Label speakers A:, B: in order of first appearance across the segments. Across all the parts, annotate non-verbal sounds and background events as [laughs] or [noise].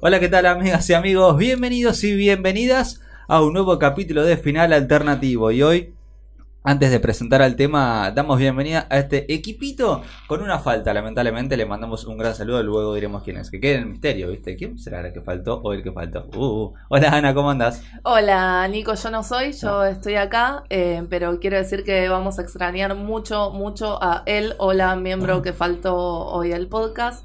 A: Hola, ¿qué tal amigas y amigos? Bienvenidos y bienvenidas a un nuevo capítulo de Final Alternativo. Y hoy, antes de presentar al tema, damos bienvenida a este equipito con una falta. Lamentablemente le mandamos un gran saludo, luego diremos quién es. Que quede en el misterio, ¿viste? ¿Quién será la que faltó o el que faltó? Uh, hola Ana, ¿cómo andás?
B: Hola Nico, yo no soy, yo estoy acá, eh, pero quiero decir que vamos a extrañar mucho, mucho a él, hola miembro que faltó hoy al podcast.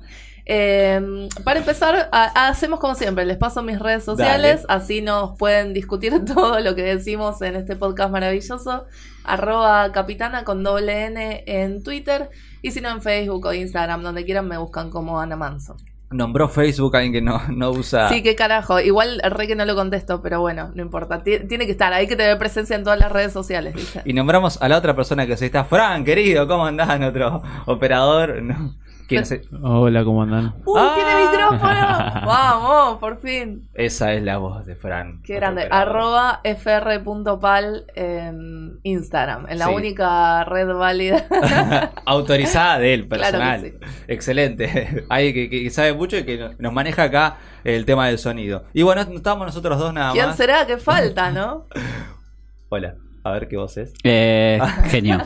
B: Eh, para empezar, a- hacemos como siempre, les paso mis redes sociales, así nos pueden discutir [laughs] todo lo que decimos en este podcast maravilloso. Arroba capitana con doble N en Twitter y si no en Facebook o Instagram, donde quieran me buscan como Ana Manso.
A: Nombró Facebook a alguien que no, no usa.
B: Sí, qué carajo. Igual re que no lo contesto, pero bueno, no importa. Ti- tiene que estar, hay que tener presencia en todas las redes sociales. dice.
A: Y nombramos a la otra persona que se está. Fran, querido, ¿cómo andás? Nuestro operador. No. ¿Quién se-
C: Hola, ¿cómo andan?
B: ¡Uy,
A: Ah.
B: tiene micrófono! [laughs] ¡Vamos, por fin!
A: Esa es la voz de Fran.
B: Qué
A: nuestro
B: grande.
A: operador.
B: Arroba fr.pal en Instagram, en la
A: Sí.
B: única red válida.
A: Autorizada de él,
B: Claro que
A: personal. Excelente. [laughs] Alguien que, que sabe mucho y que no- nos maneja acá el tema del sonido. Y bueno, no estábamos nosotros dos nada
B: ¿Quién
A: más.
B: será? ¿Qué falta, no?
A: Hola, a ver qué voz es.
B: [laughs]
C: Eh, genio.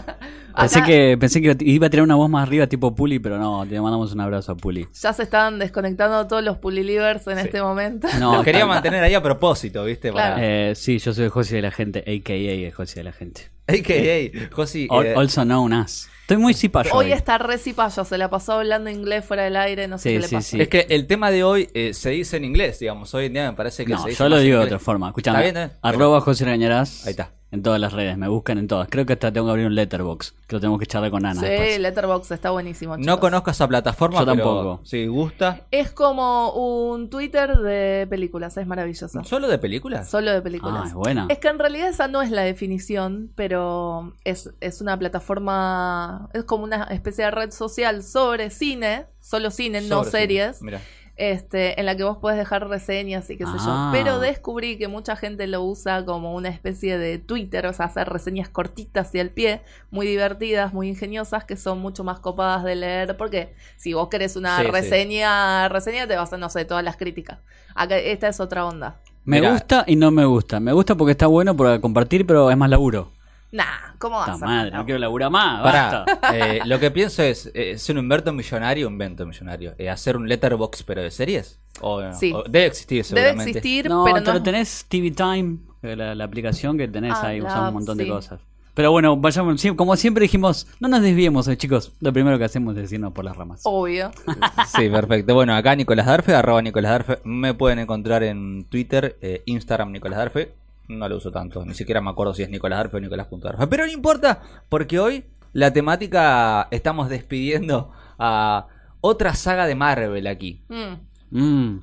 C: Pensé
B: Acá-
C: que, pensé que iba a tener una voz más arriba tipo Puli, pero no, te mandamos un abrazo a Puli.
B: Ya se están desconectando todos los pulilivers en
A: Sí.
B: este momento. [laughs]
C: No,
A: Lo quería
C: está-
A: mantener ahí a propósito, ¿viste? [laughs]
B: Claro.
A: Para-
C: eh, sí, yo soy el Josi de la gente, a.k.a. el Josi de la gente.
A: AKA, Josi.
C: Al-
A: eh,
C: also known as. Estoy muy cipayo
B: Hoy
C: hoy.
B: está re cipayo, se la pasó hablando inglés fuera del aire, no sé
C: Sí,
B: qué le
C: sí,
B: pasa.
C: sí.
A: Es que el tema de hoy eh, se dice en inglés, digamos. Hoy en día me parece que
C: No,
A: se dice.
C: yo lo
A: más
C: digo de
A: inglés.
C: otra forma.
A: Está
C: Escuchame,
A: bien, eh.
C: arroba José Reñarás.
A: Ahí está.
C: En todas las redes, me buscan en todas. Creo que hasta tengo que abrir un letterbox, que lo tenemos que charlar con Ana
B: Sí,
C: después.
B: Letterboxd está buenísimo.
A: No
B: chicos.
A: conozco esa plataforma,
C: Yo
A: pero
C: tampoco.
A: si gusta.
B: Es como un Twitter de películas, es maravilloso.
A: ¿Solo de películas?
B: Solo de
C: Ah,
B: películas.
C: es buena.
B: Es que en realidad esa no es la definición, pero es, es una plataforma, es como una especie de red social sobre cine, solo cine, no
A: Sobre
B: series,
A: cine. Mira.
B: este, en la que vos podés dejar reseñas y qué sé yo.
C: Ah.
B: Pero descubrí que mucha gente lo usa como una especie de Twitter, o sea, hacer reseñas cortitas y al pie, muy divertidas, muy ingeniosas, que son mucho más copadas de leer, porque si vos querés una
A: Sí, sí.
B: reseña, reseña te vas a, no sé, todas las críticas. Acá, esta es otra onda.
C: Me
A: Mirá.
C: gusta y no me gusta. Me gusta porque está bueno para compartir, pero es más laburo.
B: Nah, ¿cómo
C: Puta
B: vas?
C: madre, no quiero laburar más,
A: Pará,
C: Ah, basta.
A: eh, lo que pienso es, eh, ¿es un invento millonario un invento millonario? Eh, ¿Hacer un letterbox pero de series? O, no?
B: Sí.
A: O- debe existir
B: Debe
A: seguramente.
B: existir,
C: No,
B: pero
C: te
B: no
C: lo
B: es-
C: tenés TV Time, eh, la, la aplicación que tenés
B: Ah,
C: ahí,
B: la
C: usamos
B: app,
C: un montón
B: sí.
C: de cosas. Pero bueno, vayamos, sí, como siempre dijimos, no nos desviemos, eh, chicos. Lo primero que hacemos es irnos por las ramas.
B: obvio.
A: [laughs] Sí, perfecto. Bueno, acá Nicolás Darfe, arroba Nicolás Darfe. Me pueden encontrar en Twitter, eh, Instagram Nicolás Darfe. No lo uso tanto, ni siquiera me acuerdo si es Nicolás Darfe o Nicolás.darfe. Pero no importa, porque hoy la temática estamos despidiendo a otra saga de Marvel aquí.
B: Mm.
C: Mm,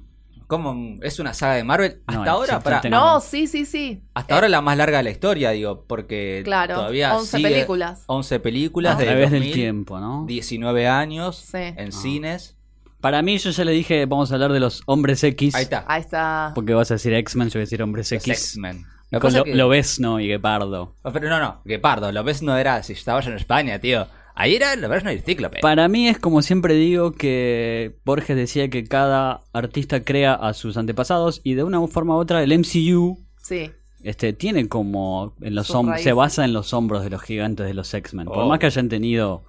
A: ¿Cómo es una saga de Marvel?
C: No,
A: Hasta
C: eh,
A: ahora,
C: sí,
A: pará,
C: tengo-
B: No, sí, sí, sí.
A: hasta ahora la más larga de la historia, digo, porque
B: Claro,
A: todavía
B: 11
A: sigue-
B: películas.
A: 11 películas
C: Ah, a
A: de
C: través del Ah.
A: 2000,
C: tiempo, ¿no?
A: 19 años
B: Sí.
A: en cines.
C: Para mí, yo ya le dije, vamos a hablar de los hombres X.
A: Ahí está.
B: Ahí está.
C: Porque vas a decir X-Men, yo voy a decir hombres
A: Los
C: X.
A: X-Men.
C: Y
A: La
C: con
A: cosa
C: Lo,
A: que-
C: lo ves, ¿no? Y Guepardo.
A: Ah, Pero no, no, Guepardo, lo ves no era si estabas en España, tío. Ahí era lo ves no era cíclope.
C: Para mí es como siempre digo que Borges decía que cada artista crea a sus antepasados y de una forma u otra el MCU
B: Sí.
C: este, tiene como en los
B: Sus
C: hom-
B: raíces.
C: se basa en los hombros de los gigantes de los X-Men. Por
A: Oh.
C: más que hayan tenido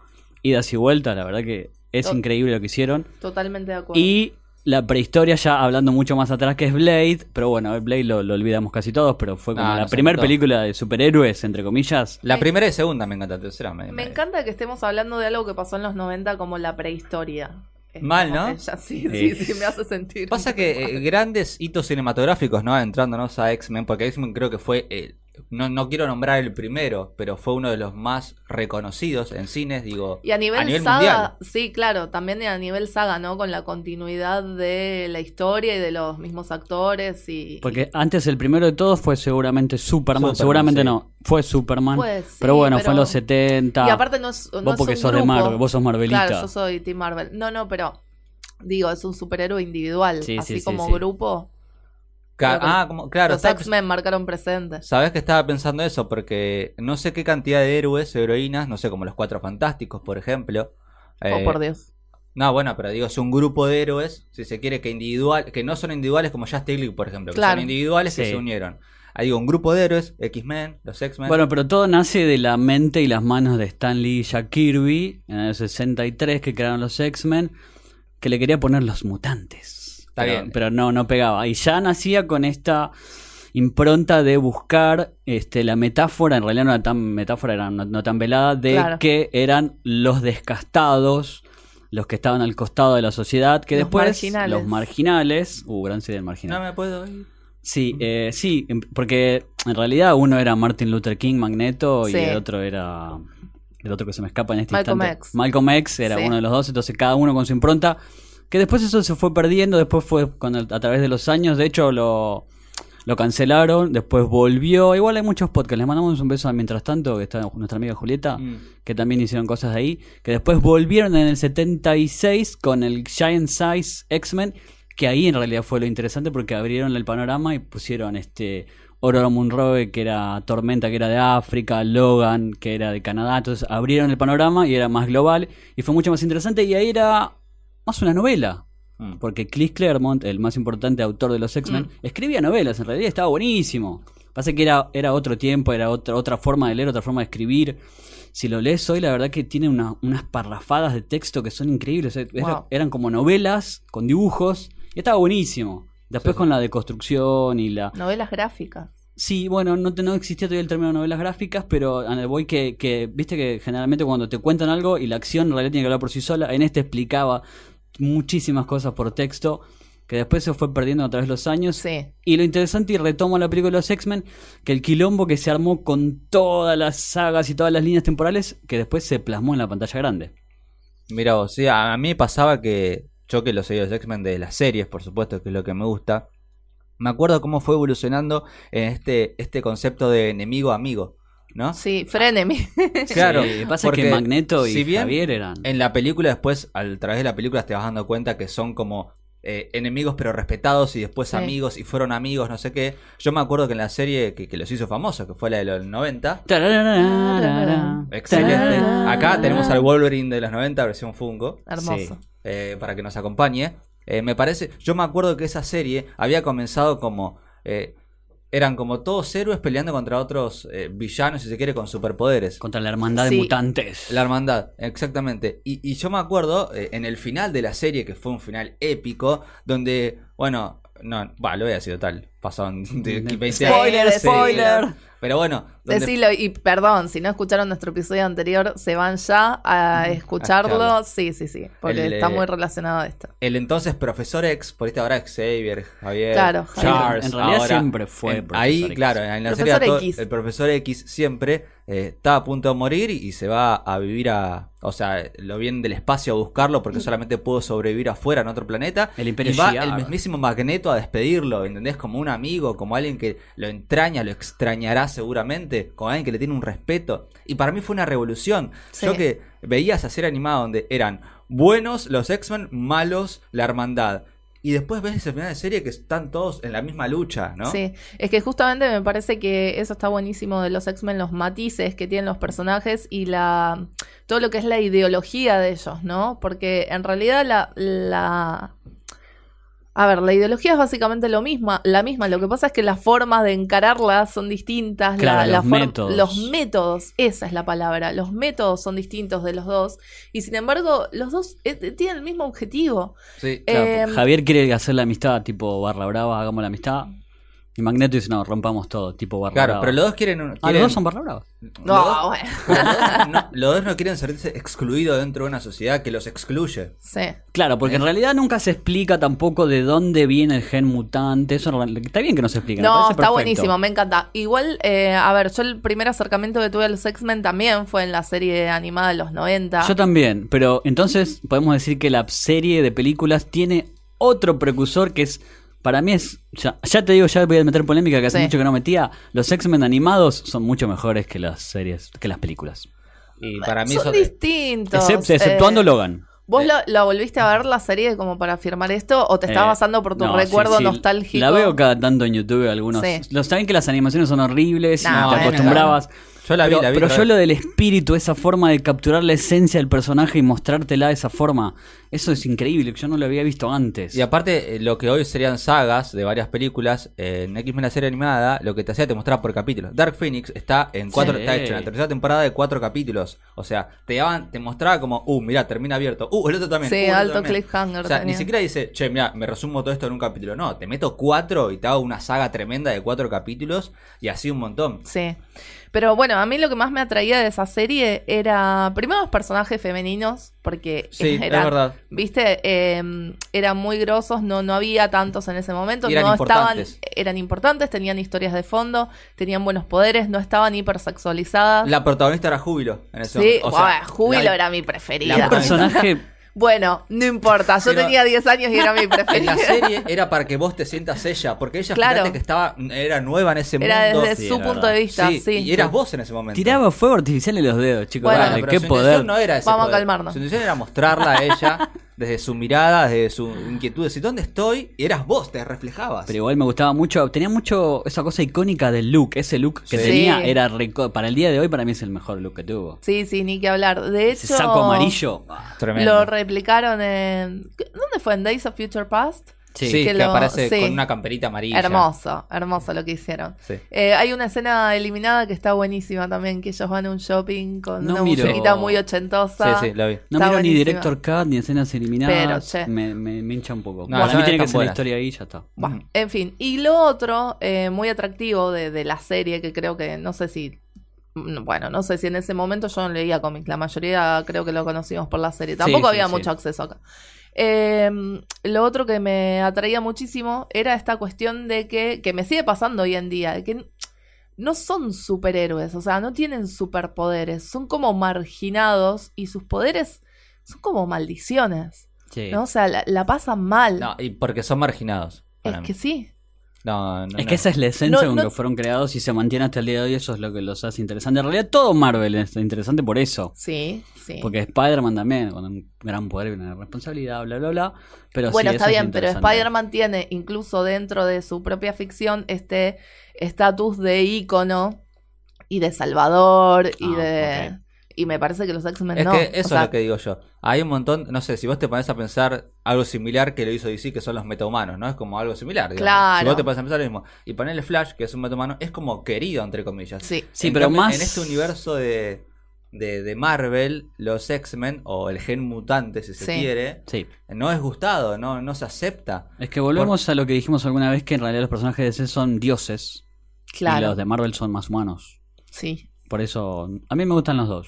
C: idas y vueltas, la verdad que es
B: Tot-
C: increíble lo que hicieron.
B: Totalmente de acuerdo.
C: Y la prehistoria ya hablando mucho más atrás que es Blade, pero bueno, el Blade lo, lo olvidamos casi todos, pero fue como
A: Ah,
C: la
A: nos
C: primera
A: encantó.
C: película de superhéroes, entre comillas.
A: La primera y segunda me encanta, la tercera me,
B: Me encanta que estemos hablando de algo que pasó en los 90 como la prehistoria. Es
A: Mal,
B: como
A: ¿no?
B: que ya- [laughs] sí, sí,
C: Sí.
B: sí, me hace sentir.
A: Pasa que eh, grandes hitos cinematográficos, ¿no? Entrándonos a X-Men, porque X-Men creo que fue, eh, no, no quiero nombrar el primero, pero fue uno de los más reconocidos en cines, digo,
B: Y a nivel,
A: a nivel
B: saga,
A: mundial.
B: sí, claro, también a nivel saga, ¿no? Con la continuidad de la historia y de los mismos actores y...
C: Porque antes el primero de todos fue seguramente Superman.
A: Superman,
C: seguramente
A: sí.
C: no, fue Superman.
B: Pues, sí,
C: pero bueno, fue
B: pero-
C: en los 70.
B: Y aparte no es, no
C: vos
B: es
C: porque
B: un
C: sos de
B: grupo.
C: Marvel, vos sos Marvelita.
B: Claro, yo soy Team Marvel. No, no, pero digo, es un superhéroe individual.
C: Sí, sí,
B: así
C: sí,
B: como
C: sí.
B: grupo.
A: Ca-
B: Creo que
A: ah, como, claro,
B: los
A: estaba-
B: X-Men marcaron presente.
A: Sabes que estaba pensando eso porque no sé qué cantidad de héroes, heroínas, no sé, como los Cuatro Fantásticos, por ejemplo. eh,
B: oh, por Dios.
A: No, bueno, pero digo, es un grupo de héroes, si se quiere, que individual, que no son individuales como Justice League, por ejemplo, que
B: Claro.
A: son individuales que
C: Sí.
A: se unieron. Ahí digo, un grupo de héroes, X-Men, los X-Men.
C: Bueno, pero todo nace de la mente y las manos de Stan Lee y Jack Kirby en el 63 que crearon los X-Men, que le quería poner los mutantes.
A: Está
C: pero,
A: bien.
C: Pero no, no pegaba. Y ya nacía con esta impronta de buscar este, la metáfora, en realidad no era tan metáfora, era no, no tan velada, de
B: Claro.
C: que eran los descastados, los que estaban al costado de la sociedad, que
B: Los
C: después
B: marginales.
C: los marginales, uh, gran serie el marginal.
A: no me puedo ir.
C: Sí, eh, sí, em- porque en realidad uno era Martin Luther King, Magneto,
B: Sí.
C: y el otro era. El otro que se me escapa en este
B: Malcolm
C: instante.
B: X.
C: Malcolm X era
B: Sí.
C: uno de los dos, entonces cada uno con su impronta. Que después eso se fue perdiendo, después fue con el- a través de los años. De hecho, lo, lo cancelaron, después volvió. Igual hay muchos podcasts. Les mandamos un beso a mientras tanto, que está nuestra amiga Julieta,
A: Mm.
C: que también hicieron cosas de ahí. Que después volvieron en el 76 con el Giant Size X-Men. Que ahí en realidad fue lo interesante porque abrieron el panorama y pusieron este Ororo Munroe, que era Tormenta, que era de África, Logan, que era de Canadá. Entonces abrieron el panorama y era más global y fue mucho más interesante. Y ahí era más una novela.
A: Mm.
C: Porque Cliff Claremont, el más importante autor de los X-Men,
B: Mm.
C: escribía novelas, en realidad estaba buenísimo. Pasa que era, era otro tiempo, era otra, otra forma de leer, otra forma de escribir. Si lo lees hoy, la verdad que tiene una- unas parrafadas de texto que son increíbles. O sea, era-
B: Wow.
C: eran como novelas con dibujos y estaba buenísimo. Después
A: Sí, sí.
C: con la deconstrucción y la...
B: Novelas gráficas.
C: Sí, bueno, no, te- no existía todavía el término novelas gráficas, pero en el voy que, que, viste que generalmente cuando te cuentan algo y la acción en realidad tiene que hablar por sí sola, en este explicaba muchísimas cosas por texto que después se fue perdiendo a través de los años.
B: Sí.
C: Y lo interesante, y retomo la película de los X-Men, que el quilombo que se armó con todas las sagas y todas las líneas temporales, que después se plasmó en la
B: [laughs]
C: pantalla grande.
A: Mira vos, sí, a, a mí me pasaba que yo que los seguí a los X-Men de las series, por supuesto, que es lo que me gusta. Me acuerdo cómo fue evolucionando en este, este concepto de enemigo amigo, ¿no?
B: Sí, frenemy.
A: Claro,
C: Sí, pasa
A: porque
C: que Magneto y
A: si bien Eh,
C: Javier eran...
A: En la película después, al- a través de la película te vas dando cuenta que son como eh, enemigos pero respetados y después
B: Sí.
A: amigos y fueron amigos, no sé qué. Yo me acuerdo que en la serie que, que los hizo famosos, que fue la de los 90.
C: Tararara,
A: Excelente.
C: tararara.
A: Acá tenemos al Wolverine de los 90, versión Funko.
B: Hermoso.
A: eh, para que nos acompañe. Eh, me parece, yo me acuerdo que esa serie había comenzado como eh, eran como todos héroes peleando contra otros eh, villanos, si se quiere, con superpoderes.
C: Contra la hermandad
B: Sí.
C: de mutantes.
A: La hermandad, exactamente. Y, y yo me acuerdo eh, en el final de la serie, que fue un final épico, donde, bueno, no, va, lo voy a decir total. Pasaron
B: [laughs]
A: de- 20 años.
B: Spoiler,
A: Sí.
B: spoiler.
A: Pero bueno, donde-
B: Decilo, y perdón, si no escucharon nuestro episodio anterior, se van ya a escucharlo.
A: escucharlo.
B: Sí, sí, sí, porque
A: El,
B: está
A: eh,
B: muy relacionado a esto.
A: el entonces profesor ex, por esta ahora Xavier, Javier,
B: Claro,
C: Sí,
B: Javier.
A: Charles,
C: en eh. realidad
A: ahora-
C: siempre fue.
A: En-
C: profesor
A: ahí,
C: X.
A: claro, en la
B: Profesor
A: serie a to-
B: X.
A: el profesor X siempre eh, está a punto de morir y se va a vivir a. O sea, lo vienen del espacio a buscarlo porque solamente pudo sobrevivir afuera en otro planeta.
C: El Imperio
A: y va
C: Shi'ar.
A: el mismísimo Magneto a despedirlo, ¿entendés? Como un amigo, como alguien que lo entraña, lo extrañará seguramente, como alguien que le tiene un respeto. Y para mí fue una revolución.
B: Sí.
A: Yo que veía esa serie animada donde eran buenos los X-Men, malos la hermandad. Y después ves ese final de serie que están todos en la misma lucha, ¿no?
B: Sí, es que justamente me parece que eso está buenísimo de los X-Men, los matices que tienen los personajes y la todo lo que es la ideología de ellos, ¿no? Porque en realidad la, la... A ver, la ideología es básicamente lo misma, la misma. Lo que pasa es que las formas de encararla son distintas. la-
C: Claro,
B: la
C: los
B: form-
C: métodos.
B: Los métodos, esa es la palabra. Los métodos son distintos de los dos. Y sin embargo, los dos eh, tienen el mismo objetivo.
A: Sí, pues,
B: Eh,
C: Javier quiere hacer la amistad, tipo barra brava, hagamos la amistad. Y Magneto dice, no, rompamos todo, tipo barra
A: claro,
C: brava.
A: pero los dos quieren. un-
C: Ah, los
A: quieren-
C: dos son barra brava.
A: [laughs] los
B: No,
A: dos-
B: bueno. [laughs]
A: los dos no- los dos no quieren sentirse excluidos dentro de una sociedad que los excluye.
B: Sí.
C: Claro, porque en realidad nunca se explica tampoco de dónde viene el gen mutante. Eso en realidad- está bien que no se explique. me
B: No,
C: parece
B: está
C: perfecto.
B: buenísimo, me encanta. Igual, eh, a ver, yo el primer acercamiento que tuve a los X-Men también fue en la serie animada de los 90.
C: Yo también, pero entonces podemos decir que la serie de películas tiene otro precursor que es, para mí es, ya, ya te digo, ya voy a meter polémica que hace
B: Sí.
C: mucho que no metía, los X-Men animados son mucho mejores que las series, que las películas.
A: Y para mí
B: Son
A: eso-
B: distintos.
C: Excep-
B: eh,
C: exceptuando eh, Logan.
B: ¿Vos la, la volviste a ver la serie como para afirmar esto o te estás
C: Eh,
B: basando por tu
C: no, sí,
B: recuerdo
C: sí,
B: nostálgico?
C: La veo cada tanto en YouTube algunos.
B: Sí.
C: Lo saben que las animaciones son horribles,
B: No,
C: no, te
B: bueno,
C: acostumbrabas.
A: Yo la vi,
C: pero
A: la vi
C: pero
A: otra
C: yo
A: vez.
C: lo del espíritu, esa forma de capturar la esencia del personaje y mostrártela de esa forma, eso es increíble, yo no lo había visto antes.
A: Y aparte, eh, lo que hoy serían sagas de varias películas, eh, en X-Men la serie animada, lo que te hacía te mostraba por capítulos. Dark Phoenix está en cuatro,
C: Sí.
A: está hecho en la tercera temporada de cuatro capítulos. O sea, te daban, te mostraba como, uh, mirá, termina abierto, uh, el otro también.
B: Sí,
A: uh, el otro
B: alto
A: también".
B: cliffhanger
A: O sea, ni
B: tenía.
A: siquiera dice, che, mirá, me resumo todo esto en un capítulo. No, te meto cuatro y te hago una saga tremenda de cuatro capítulos y así un montón.
B: Sí. Pero bueno, a mí lo que más me atraía de esa serie era, primero, los personajes femeninos, porque
A: Sí, es
B: eran-
A: verdad.
B: Viste, eh, eran muy grosos, no, no había tantos en ese momento,
A: Y eran
B: no
A: importantes.
B: estaban, eran importantes, tenían historias de fondo, tenían buenos poderes, no estaban hipersexualizadas.
A: La protagonista era Júbilo en ese
B: sí,
A: momento. O sea,
B: guau, Júbilo
A: la-
B: era mi
A: la
B: preferida.
C: el personaje
B: Bueno, no importa, yo
A: Pero-
B: tenía 10 años y era
A: [laughs]
B: mi
A: En
B: [laughs] preferida.
A: la serie era para que vos te sientas ella, porque ella
B: Claro.
A: fíjate que estaba, era nueva en ese
B: Era
A: mundo.
B: desde
C: Sí,
B: su
C: era
B: punto
C: verdad.
B: de vista, sí.
A: Sí, Y eras vos en ese momento.
C: tiraba fuego artificial en los dedos, chicos.
B: Bueno,
A: Bueno,
C: dale,
A: pero
C: qué
A: su
C: poder.
A: intención no era ese
B: Vamos a
A: poder.
B: calmarnos.
A: Su intención era mostrarla a
B: [laughs]
A: ella desde su mirada, desde su inquietud, decir dónde estoy, y eras vos, te reflejabas.
C: Pero igual me gustaba mucho, tenía mucho esa cosa icónica del look, ese look que
A: Sí.
C: tenía
B: Sí.
C: era rico- para el día de hoy para mí es el mejor look que tuvo.
B: Sí, sí, ni que hablar. De hecho,
C: Ese saco amarillo. ah,
A: Tremendo.
B: lo replicaron en... ¿Dónde fue? ¿En Days of Future Past?
A: sí,
C: Sí.
A: que,
B: que lo-
A: aparece
B: sí.
A: con una camperita amarilla.
B: Hermoso, hermoso lo que hicieron.
A: Sí.
B: Eh, hay una escena eliminada que está buenísima también, que ellos van a un shopping con
C: No
B: una
C: miro.
B: musiquita muy
A: Sí,
B: ochentosa.
A: sí, lo vi.
C: No
B: Está
C: miro ni
B: buenísima.
C: Director Cut ni escenas eliminadas.
B: Pero, che.
C: me, me, me hincha un poco.
A: No,
C: para
A: no
C: mí tiene
A: están
C: que ser
A: buenas.
C: la historia ahí y ya está.
B: Bah,
A: Ujú.
B: en fin, y lo otro eh, muy atractivo de, de la serie, que creo que no sé si... mm, Bueno, no sé si en ese momento yo no leía cómics, la mayoría creo que lo conocimos por la serie, tampoco
C: sí,
B: había
C: sí.
B: mucho acceso acá. Eh, lo otro que me atraía muchísimo era esta cuestión de que, que me sigue pasando hoy en día, de que no son superhéroes, o sea, no tienen superpoderes, son como marginados y sus poderes son como maldiciones,
C: Sí.
B: ¿no? O sea, la, la pasan mal.
A: No, y porque son marginados.
B: es
A: para mí.
B: que sí.
A: No, no,
C: es
A: no.
C: que esa es la esencia
B: No,
C: con
B: no-
C: que fueron creados y se mantiene hasta el día de hoy. Eso es lo que los hace interesante. En realidad, todo Marvel es interesante por eso.
B: Sí, sí.
C: Porque Spider-Man también, con un gran poder y una responsabilidad, bla, bla, bla. Pero
B: bueno,
C: sí,
B: está
C: eso es
B: bien, pero
C: interesante.
B: Spider-Man tiene incluso dentro de su propia ficción este estatus de ícono y de salvador y
C: Ah,
B: de... Y me parece que los X-Men
A: Es
B: no.
A: que
B: O
A: eso
B: sea,
A: es lo que digo yo. Hay un montón, no sé, si vos te pones a pensar algo similar que lo hizo DC, que son los metahumanos, ¿no? Es como algo similar. digamos.
B: Claro.
A: Si vos te pones a pensar lo mismo. Y ponerle Flash, que es un metahumano, es como querido, entre comillas.
B: Sí.
C: Sí,
A: En
C: pero
A: cambio,
C: más-
A: En este universo de, de, de Marvel, los X-Men, o el gen mutante, si se
B: Sí.
A: quiere,
C: Sí.
A: no es gustado, no, no se acepta.
C: Es que volvemos a lo que dijimos alguna vez: que en realidad los personajes de DC son dioses. Y
B: Claro.
C: los de Marvel son más humanos.
B: Sí.
C: Por eso, a mí me gustan los dos.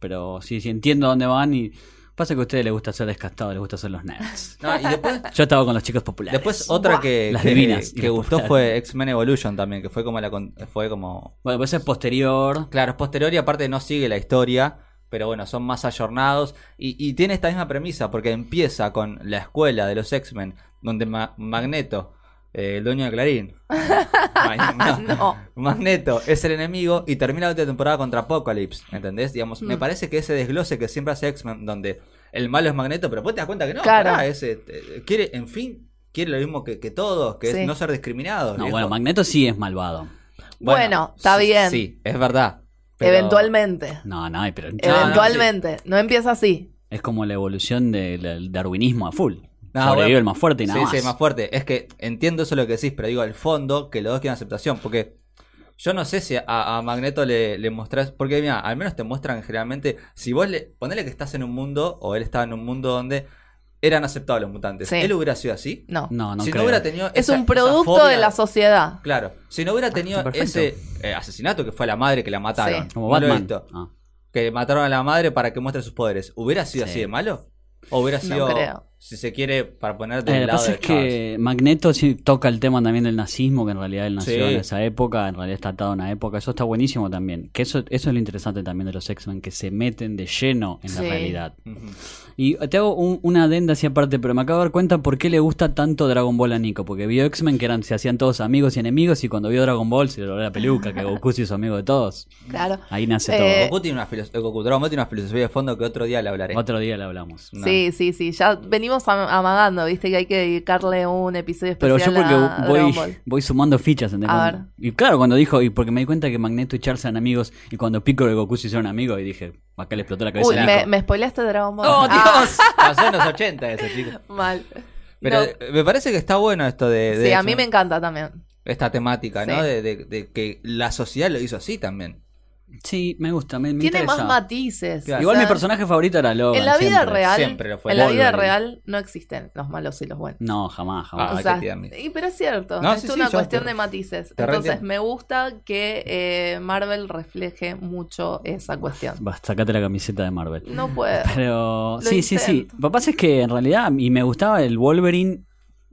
C: Pero sí, sí entiendo dónde van y pasa que a ustedes les gusta ser descastados, les gusta ser los
B: [laughs]
C: nerds.
A: No, y después,
C: Yo estaba con los chicos populares.
A: después otra que,
C: Las
A: que-
C: divinas y
A: que
C: las
A: gustó
C: populares.
A: fue X-Men Evolution también, que fue como la con- fue como
C: Bueno, pues es posterior.
A: Claro, es posterior y aparte no sigue la historia, pero bueno, son más ayornados. Y, y tiene esta misma premisa, porque empieza con la escuela de los X-Men, donde Ma- Magneto, eh, el dueño de
B: [laughs]
A: Clarín. Ay, no.
B: Ah, No.
A: Magneto es el enemigo y termina la última temporada contra Apocalypse, ¿entendés? Digamos, me
B: Mm.
A: parece que ese desglose que siempre hace X-Men, donde el malo es Magneto, pero vos te das cuenta que no,
B: Claro.
A: pará, ese, eh, quiere, en fin, quiere lo mismo que, que todos, que
B: Sí.
A: es no ser discriminado.
C: No,
A: viejo.
C: bueno, Magneto sí es malvado.
B: Bueno, está
A: sí-
B: bien.
A: Sí, es verdad. pero-
B: Eventualmente.
C: No, no, pero
B: Eventualmente. No empieza así.
C: es como la evolución del del darwinismo a full.
A: No,
C: Sobrevive
A: bueno.
C: el más fuerte y nada
A: sí,
C: más.
A: sí, más fuerte. Es que entiendo eso lo que decís, pero digo, al fondo, que los dos quieren aceptación. Porque yo no sé si a, a Magneto le, le mostrás. Porque, mira, al menos te muestran generalmente. Si vos le. Ponele que estás en un mundo, o él estaba en un mundo donde eran aceptados los mutantes.
B: Sí.
A: Él hubiera sido así.
B: No.
C: No, no
A: si
C: creo.
A: no hubiera tenido.
B: es
A: esa-
B: un
A: esa
B: producto
A: fobia-
B: de la sociedad.
A: Claro. Si no hubiera tenido
C: Está Ah, perfecto.
A: ese eh, asesinato que fue a la madre que la mataron.
C: Como
A: No lo he
C: Batman.
A: visto.
C: Ah.
A: Que mataron a la madre para que muestre sus poderes. ¿Hubiera sido
C: Sí.
A: así de malo? ¿O hubiera
B: No
A: sido.?
B: creo.
A: si se quiere, para poner
C: Eh,
A: del
C: lo que
A: lado
C: pasa
A: de
C: es que Magneto sí toca el tema también del nazismo, que en realidad él nació
A: Sí.
C: en esa época, en realidad está atado a una época, eso está buenísimo también. Que eso, eso es lo interesante también de los X-Men, que se meten de lleno en la
B: Sí.
C: realidad.
A: Ujú.
C: Y te hago un- una adenda así aparte, pero me acabo de dar cuenta por qué le gusta tanto Dragon Ball a Nico, porque vio X-Men que eran, se hacían todos amigos y enemigos, y cuando vio Dragon Ball se le voló la peluca, que Goku sí es amigo de todos.
B: Claro.
C: Ahí nace
B: Eh,
A: Goku tiene una filosofía, Goku Dragon Ball tiene una filosofía de fondo que otro día le hablaré.
C: todo. Otro día le hablamos.
A: No.
B: Sí, sí, sí. Ya venimos am- amagando, viste que hay que dedicarle un episodio
C: Pero
B: especial
C: yo porque
B: a Dragon
C: voy,
B: Ball.
C: voy sumando fichas, ¿entendés?
B: A
C: Cuando- Y claro, cuando dijo, y porque me di cuenta que Magneto y Charles eran amigos, y cuando Piccolo y Goku se hicieron amigos, y dije, acá le explotó la cabeza
B: Uy,
C: a
B: me,
C: Nico.
B: me spoileaste Dragon Ball.
C: ¡Oh,
B: Ah,
C: Dios!
A: Pasó en los 80 eso, chicos.
B: mal.
A: Pero
B: No.
A: eh, me parece que está bueno esto de, de
B: sí, a mí
A: X-Men,
B: me encanta también.
A: esta temática, ¿no?
B: Sí.
A: De, de- de que la sociedad lo hizo así también.
C: Sí, me gusta, me, me
B: Tiene
C: interesa.
B: más matices.
A: Claro.
C: Igual
B: o sea,
C: mi personaje favorito era Logan.
B: En la vida
C: siempre.
B: real,
A: Siempre lo fue.
B: en la vida
C: Wolverine.
B: real no existen los malos y los buenos.
C: No, jamás, jamás.
A: Ah,
B: O
A: qué
B: sea,
A: tiernis.
B: y- pero es cierto,
A: No,
B: es
A: sí, sí,
B: una
A: yo
B: cuestión
A: te-
B: de matices.
A: te
B: Entonces
A: reentiendo.
B: me gusta que eh, Marvel refleje mucho esa
A: Ah.
B: cuestión.
C: Vas, sacate la camiseta de Marvel.
B: No puede.
C: Pero
B: Lo
C: sí, sí, sí.
B: intento.
C: Lo que pasa es que en realidad, y me gustaba el Wolverine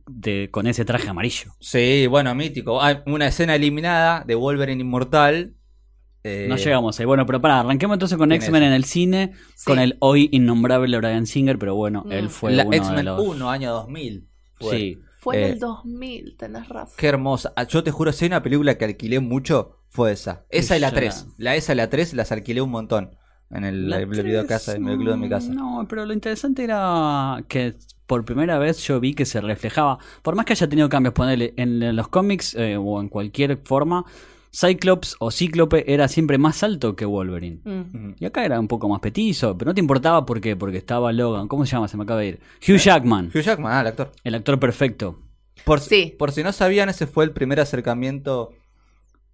C: de, con ese traje amarillo.
A: Sí, bueno, mítico. Hay una escena eliminada de Wolverine Inmortal. eh,
C: No llegamos ahí. Bueno, pero pará, arranquemos entonces con
A: tiene
C: X-Men
A: eso.
C: en el cine,
B: Sí.
C: con el hoy innombrable Brian Singer, pero bueno,
B: Mm.
C: él fue
A: La
C: uno de
A: X-Men
C: los...
A: 1, año 2000. fue.
C: Sí,
B: Fue en
A: Eh,
B: el 2000, tenés razón.
A: Qué hermosa. Ah, Yo te juro, si hay una película que alquilé mucho, fue esa. Esa y la
C: Esa.
A: 3. La esa y la 3 las alquilé un montón. En el,
C: La
A: el videocasa,
C: tres, mm,
A: en el club de mi casa.
C: No, pero lo interesante era que por primera vez yo vi que se reflejaba, por más que haya tenido cambios, ponerle en los cómics eh, o en cualquier forma, Cyclops o Cíclope era siempre más alto que Wolverine.
B: Mm.
A: Ujú.
C: Y acá era un poco más petizo, pero no te importaba por qué, porque estaba Logan, ¿cómo se llama? Se me acaba de ir.
A: Eh,
C: Hugh Jackman,
A: Hugh Jackman, ah, el actor.
C: el actor perfecto.
A: Por,
B: Sí.
A: por si no sabían, ese fue el primer acercamiento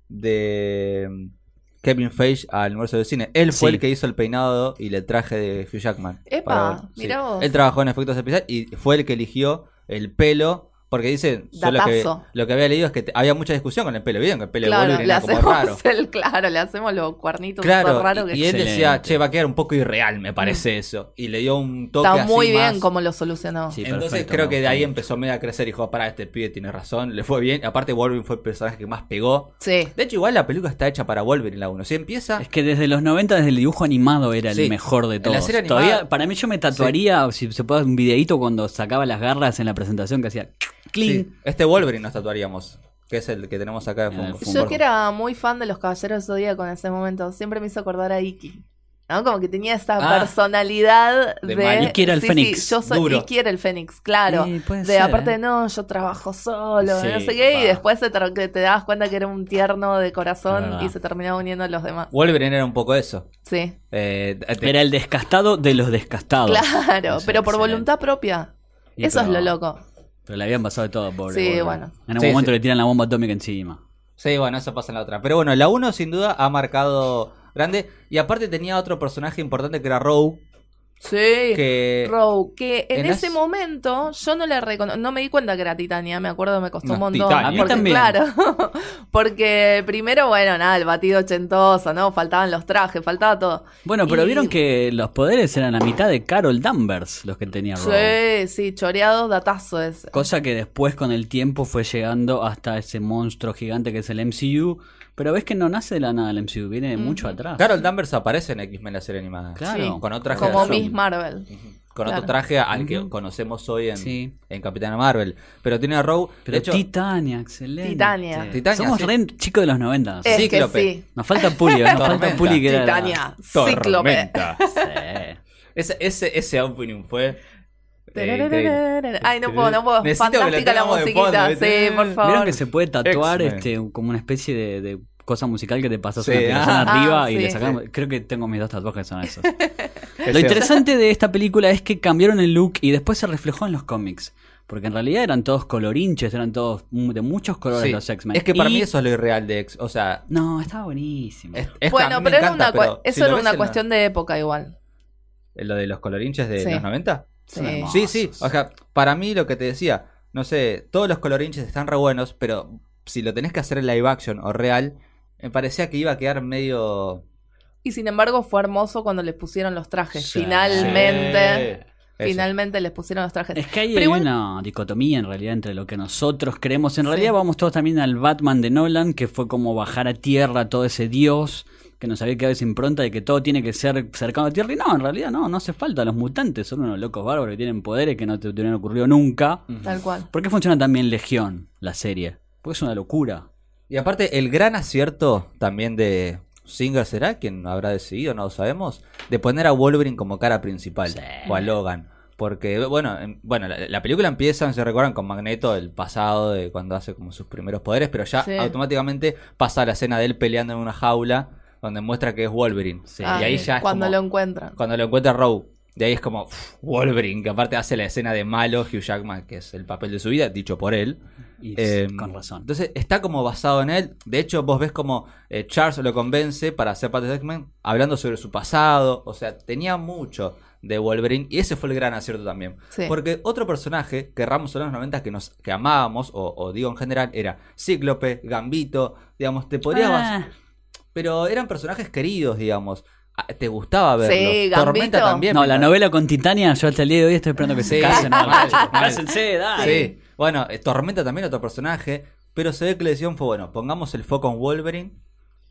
A: de mm, Kevin Feige al universo del cine. Él fue
C: Sí.
A: el que hizo el peinado y el traje de Hugh Jackman.
B: Epa,
A: Para ver,
B: mirá vos.
A: Él trabajó en efectos especiales y fue el que eligió el pelo. Porque dice, yo lo que,
B: Datazo.
A: lo que había leído es que te- había mucha discusión con el pelo. Vieron que el pelo de
B: Claro,
A: Wolverine
B: le
A: era como
B: hacemos [laughs]
A: raro.
B: el, claro, le hacemos los cuernitos
A: Claro,
B: esos raros
A: y,
B: que
A: y él decía,
C: Excelente.
A: che, va a quedar un poco irreal, me parece eso. Y le dio un toque
B: está
A: así
B: muy bien
A: más-
B: como lo solucionó.
C: Sí,
A: Entonces
C: perfecto,
A: creo
C: me
A: que de
C: gustó
A: ahí
C: mucho.
A: empezó medio a crecer y dijo, pará, este pibe tiene razón, le fue bien. Aparte Wolverine fue el personaje que más pegó.
B: Sí.
A: De hecho, igual la película está hecha para Wolverine la 1. Si empieza...
C: Es que desde los 90, desde el dibujo animado, era
A: Sí.
C: el mejor de
A: En la
C: todos.
A: serie animada-
C: Todavía, para mí, yo me tatuaría, si se puede, un videíto cuando sacaba las garras en la presentación que hacía
A: sí,
C: clean.
A: este Wolverine nos tatuaríamos, que es el que tenemos acá de
C: En el
A: fondo.
C: Fue un
B: Yo
C: bardo.
B: que era muy fan de los Caballeros Zodíaco en ese momento, siempre me hizo acordar a Iki. ¿no? Como que tenía esta
A: Ah.
B: personalidad
A: De
B: de...
A: mal.
C: Iki era el
B: Sí,
C: Fénix,
B: Sí, yo soy
A: duro.
B: Iki era el Fénix, claro.
C: Eh, puede
B: de
C: ser,
B: aparte,
C: eh.
B: no, yo trabajo solo,
C: Sí,
B: no sé qué,
C: pa.
B: y después se tra- que te dabas cuenta que era un tierno de
C: Es
B: corazón
C: verdad.
B: y se terminaba uniendo a los demás.
A: Wolverine era un poco eso.
B: Sí,
A: Eh, te-
C: Era el descastado de los descastados.
B: claro,
C: Sí,
B: pero por
C: excelente.
B: voluntad propia.
C: Y
B: Eso
C: pero-
B: es lo loco.
C: Pero le habían pasado de todo, pobre.
B: Sí,
C: pobre.
B: bueno.
C: En un
A: Sí,
C: momento
A: sí.
C: le tiran la bomba atómica encima.
A: Sí, bueno, eso pasa en la otra. Pero bueno, la 1 sin duda ha marcado grande. Y aparte tenía otro personaje importante que era Rogue,
B: Sí.
A: que...
B: Rogue, que en,
A: en
B: ese
A: las-
B: momento yo no la recono- no me di cuenta que era Titania, me acuerdo me costó
A: No,
B: un montón.
A: Titania.
C: A mí
B: porque,
C: también.
B: Claro, [laughs] porque primero, bueno, nada, el batido ochentoso, ¿no? Faltaban los trajes, faltaba todo.
C: Bueno, pero
B: Y-
C: vieron que los poderes eran la mitad de Carol Danvers los que tenía Rogue.
B: Sí, sí, choreado, datazo es.
C: Cosa que después con el tiempo fue llegando hasta ese monstruo gigante que es el MCU. Pero ves que no nace de la nada el MCU, viene de mucho atrás.
A: Carol Danvers aparece en X-Men la serie animada.
C: Claro.
B: Sí.
A: Con otra
B: Como
A: generación.
B: Miss Marvel.
A: Con
B: Claro.
A: otro traje al que
C: Ujú.
A: conocemos hoy en,
C: Sí.
A: en Capitana Marvel. Pero tiene a Rogue.
C: Pero
A: de hecho,
C: Titania, excelente. Este,
B: Titania.
A: Titania,
C: Somos
A: sí.
C: re chicos de los 90.
B: Es
A: Cíclope.
B: que sí.
C: Nos falta Puli, ¿eh? nos falta
A: Tormenta.
C: Puli que era la-
B: Titania, Cíclope.
C: Sí.
A: [laughs] ese, ese, ese opening fue. eh, increíble.
B: Tararararara. Ay, no puedo, no puedo.
A: Necesito que lo
B: Fantástica la
A: tengamos de
B: musiquita,
A: fondo, ¿viste?
B: sí, por
C: Vieron
B: favor.
C: que se puede tatuar
A: X-Men.
C: este, como una especie de, de cosa musical que te pasas
A: Sí,
C: una aplicación
A: ah.
C: arriba
B: Ah,
C: y le
B: sí.
C: sacamos. Creo que tengo mis dos tatuajes que
A: [laughs]
C: son esos. Lo
A: Ese-
C: interesante de esta película es que cambiaron el look y después se reflejó en los cómics. Porque en realidad eran todos colorinches, eran todos mu- de muchos colores
A: sí.
C: los X-Men.
A: Es que para
C: Y-
A: mí eso es lo irreal de X. O sea,
C: No, estaba buenísimo.
A: es- es que a
B: Bueno,
A: mí me
B: pero era
A: encanta,
B: una, cua-
A: pero si
B: eso
A: lo
B: era
A: ves
B: una
A: en la-
B: cuestión de época igual.
A: en Lo de los colorinches de
B: Sí.
A: los 90.
C: Son
B: Sí.
C: hermosos.
A: Sí, sí. O sea, para mí lo que te decía, no sé, todos los colorinches están re buenos, pero si lo tenés que hacer en live action o real, me parecía que iba a quedar medio.
B: Y sin embargo fue hermoso cuando les pusieron los trajes.
C: Sí.
B: Finalmente.
A: Sí. Eso.
B: Finalmente les pusieron los trajes.
C: Es que hay
B: Pero igual-
C: una dicotomía en realidad entre lo que nosotros creemos. En
B: Sí.
C: realidad vamos todos también al Batman de Nolan, que fue como bajar a tierra todo ese dios que nos había quedado esa impronta de que todo tiene que ser cercano a tierra. Y no, en realidad no, no hace falta. Los mutantes son unos locos bárbaros que tienen poderes que no te hubieran ocurrido nunca.
B: Tal cual.
C: ¿Por qué funciona también Legión, la serie? Porque es una locura.
A: Y aparte, el gran acierto también de Singer será, quien habrá decidido, no lo sabemos, de poner a Wolverine como cara principal
C: Sí.
A: o a Logan. Porque, bueno, en- bueno la, la película empieza, se recuerdan, con Magneto del pasado, de cuando hace como sus primeros poderes, pero ya
B: Sí.
A: automáticamente pasa a la escena de él peleando en una jaula, donde muestra que es Wolverine.
B: Ah,
A: y ahí ya es
B: cuando
A: como-
B: lo encuentran.
A: cuando lo encuentra Rowe. De ahí es como "Uf, Wolverine, que aparte hace la escena de malo Hugh Jackman, que es el papel de su vida, dicho por él.
C: Y
A: Eh,
C: con razón.
A: Entonces está como basado en él. De hecho, vos ves como eh, Charles lo convence para hacer parte de X-Men, hablando sobre su pasado. O sea, tenía mucho de Wolverine y ese fue el gran acierto también.
B: Sí.
A: Porque otro personaje que Ramos en los 90 que, nos, que amábamos, o, o digo en general, era Cíclope, Gambito. Digamos, te podría bas-
C: Ah,
A: Pero eran personajes queridos, digamos. Ah, Te gustaba verlos.
B: Sí,
A: Tormenta
B: Gambito.
A: también.
C: no,
A: me
C: la
A: encanta.
C: novela con Titania, yo hasta el día de hoy estoy esperando que se
A: Sí, [laughs]
C: casen.
A: mal,
C: muchachos.
A: mal.
C: Cásense, dale.
A: Sí. Bueno, eh, Tormenta también otro personaje, pero se ve que la decisión fue, bueno, pongamos el foco en Wolverine.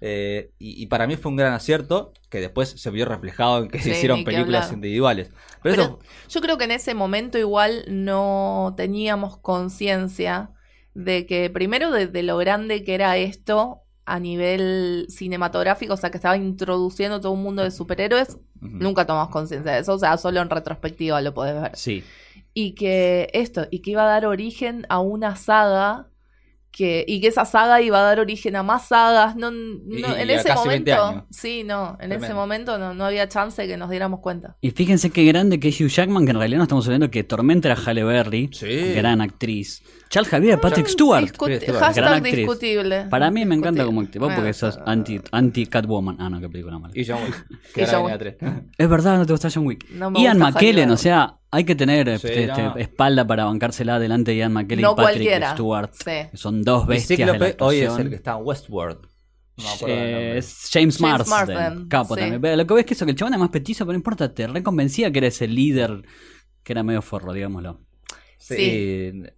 A: eh, y, y para mí fue un gran acierto, que después se vio reflejado en que se
B: Sí,
A: hicieron
B: ni que
A: películas
B: hablar.
A: individuales. Pero,
B: Pero
A: eso,
B: yo creo que en ese momento igual no teníamos conciencia de que, primero, de, de lo grande que era esto a nivel cinematográfico, o sea, que estaba introduciendo todo un mundo de superhéroes,
A: Ujú.
B: nunca tomamos conciencia de eso, o sea, solo en retrospectiva lo podés ver.
C: Sí.
B: Y que esto, y que iba a dar origen a una saga, que, y que esa saga iba a dar origen a más sagas, no, no-
A: Y- y
B: en
A: a
B: ese
A: casi 20 años.
B: momento, sí, no, en ese
A: Tremendo.
B: momento no, no había chance de que nos diéramos cuenta.
C: Y fíjense qué grande que es Hugh Jackman, que en realidad no estamos hablando que Tormenta era Halle Berry,
A: Sí.
C: gran actriz. Charles Javier era Patrick Stewart.
B: Discu-
A: Patrick Stewart,
B: hashtag
C: gran actriz.
B: discutible.
C: Para mí me encanta como actriz.
B: Discutible.
C: Vos porque sos
B: Bueno,
C: anti, anti Catwoman. Ah, no, qué película mala.
A: y John Wick, que
B: [laughs] Y
A: ahora
B: John
A: viene a tres.
C: Es verdad, no te gusta John Wick.
B: No me
C: Ian
B: gusta Halle
C: McKellen,
B: Berry.
C: o sea, hay que tener
A: Sí,
C: este,
A: no.
C: espalda para bancársela delante de Ian McKellen
B: No
C: y Patrick
B: cualquiera.
C: Stewart.
B: Sí.
C: que son dos
A: Y
C: bestias de la
A: Cíclope hoy es
C: actuación.
A: el que está en Westworld. No me acuerdo del nombre.
C: Eh, es James,
B: James
C: Marsden,
B: Marsden,
C: capo
B: sí.
C: también. Pero lo que ves que eso, que el chabón es más petizo, pero no importa, te reconvencía que era ese líder que era medio forro, digámoslo.
A: Sí.
B: sí.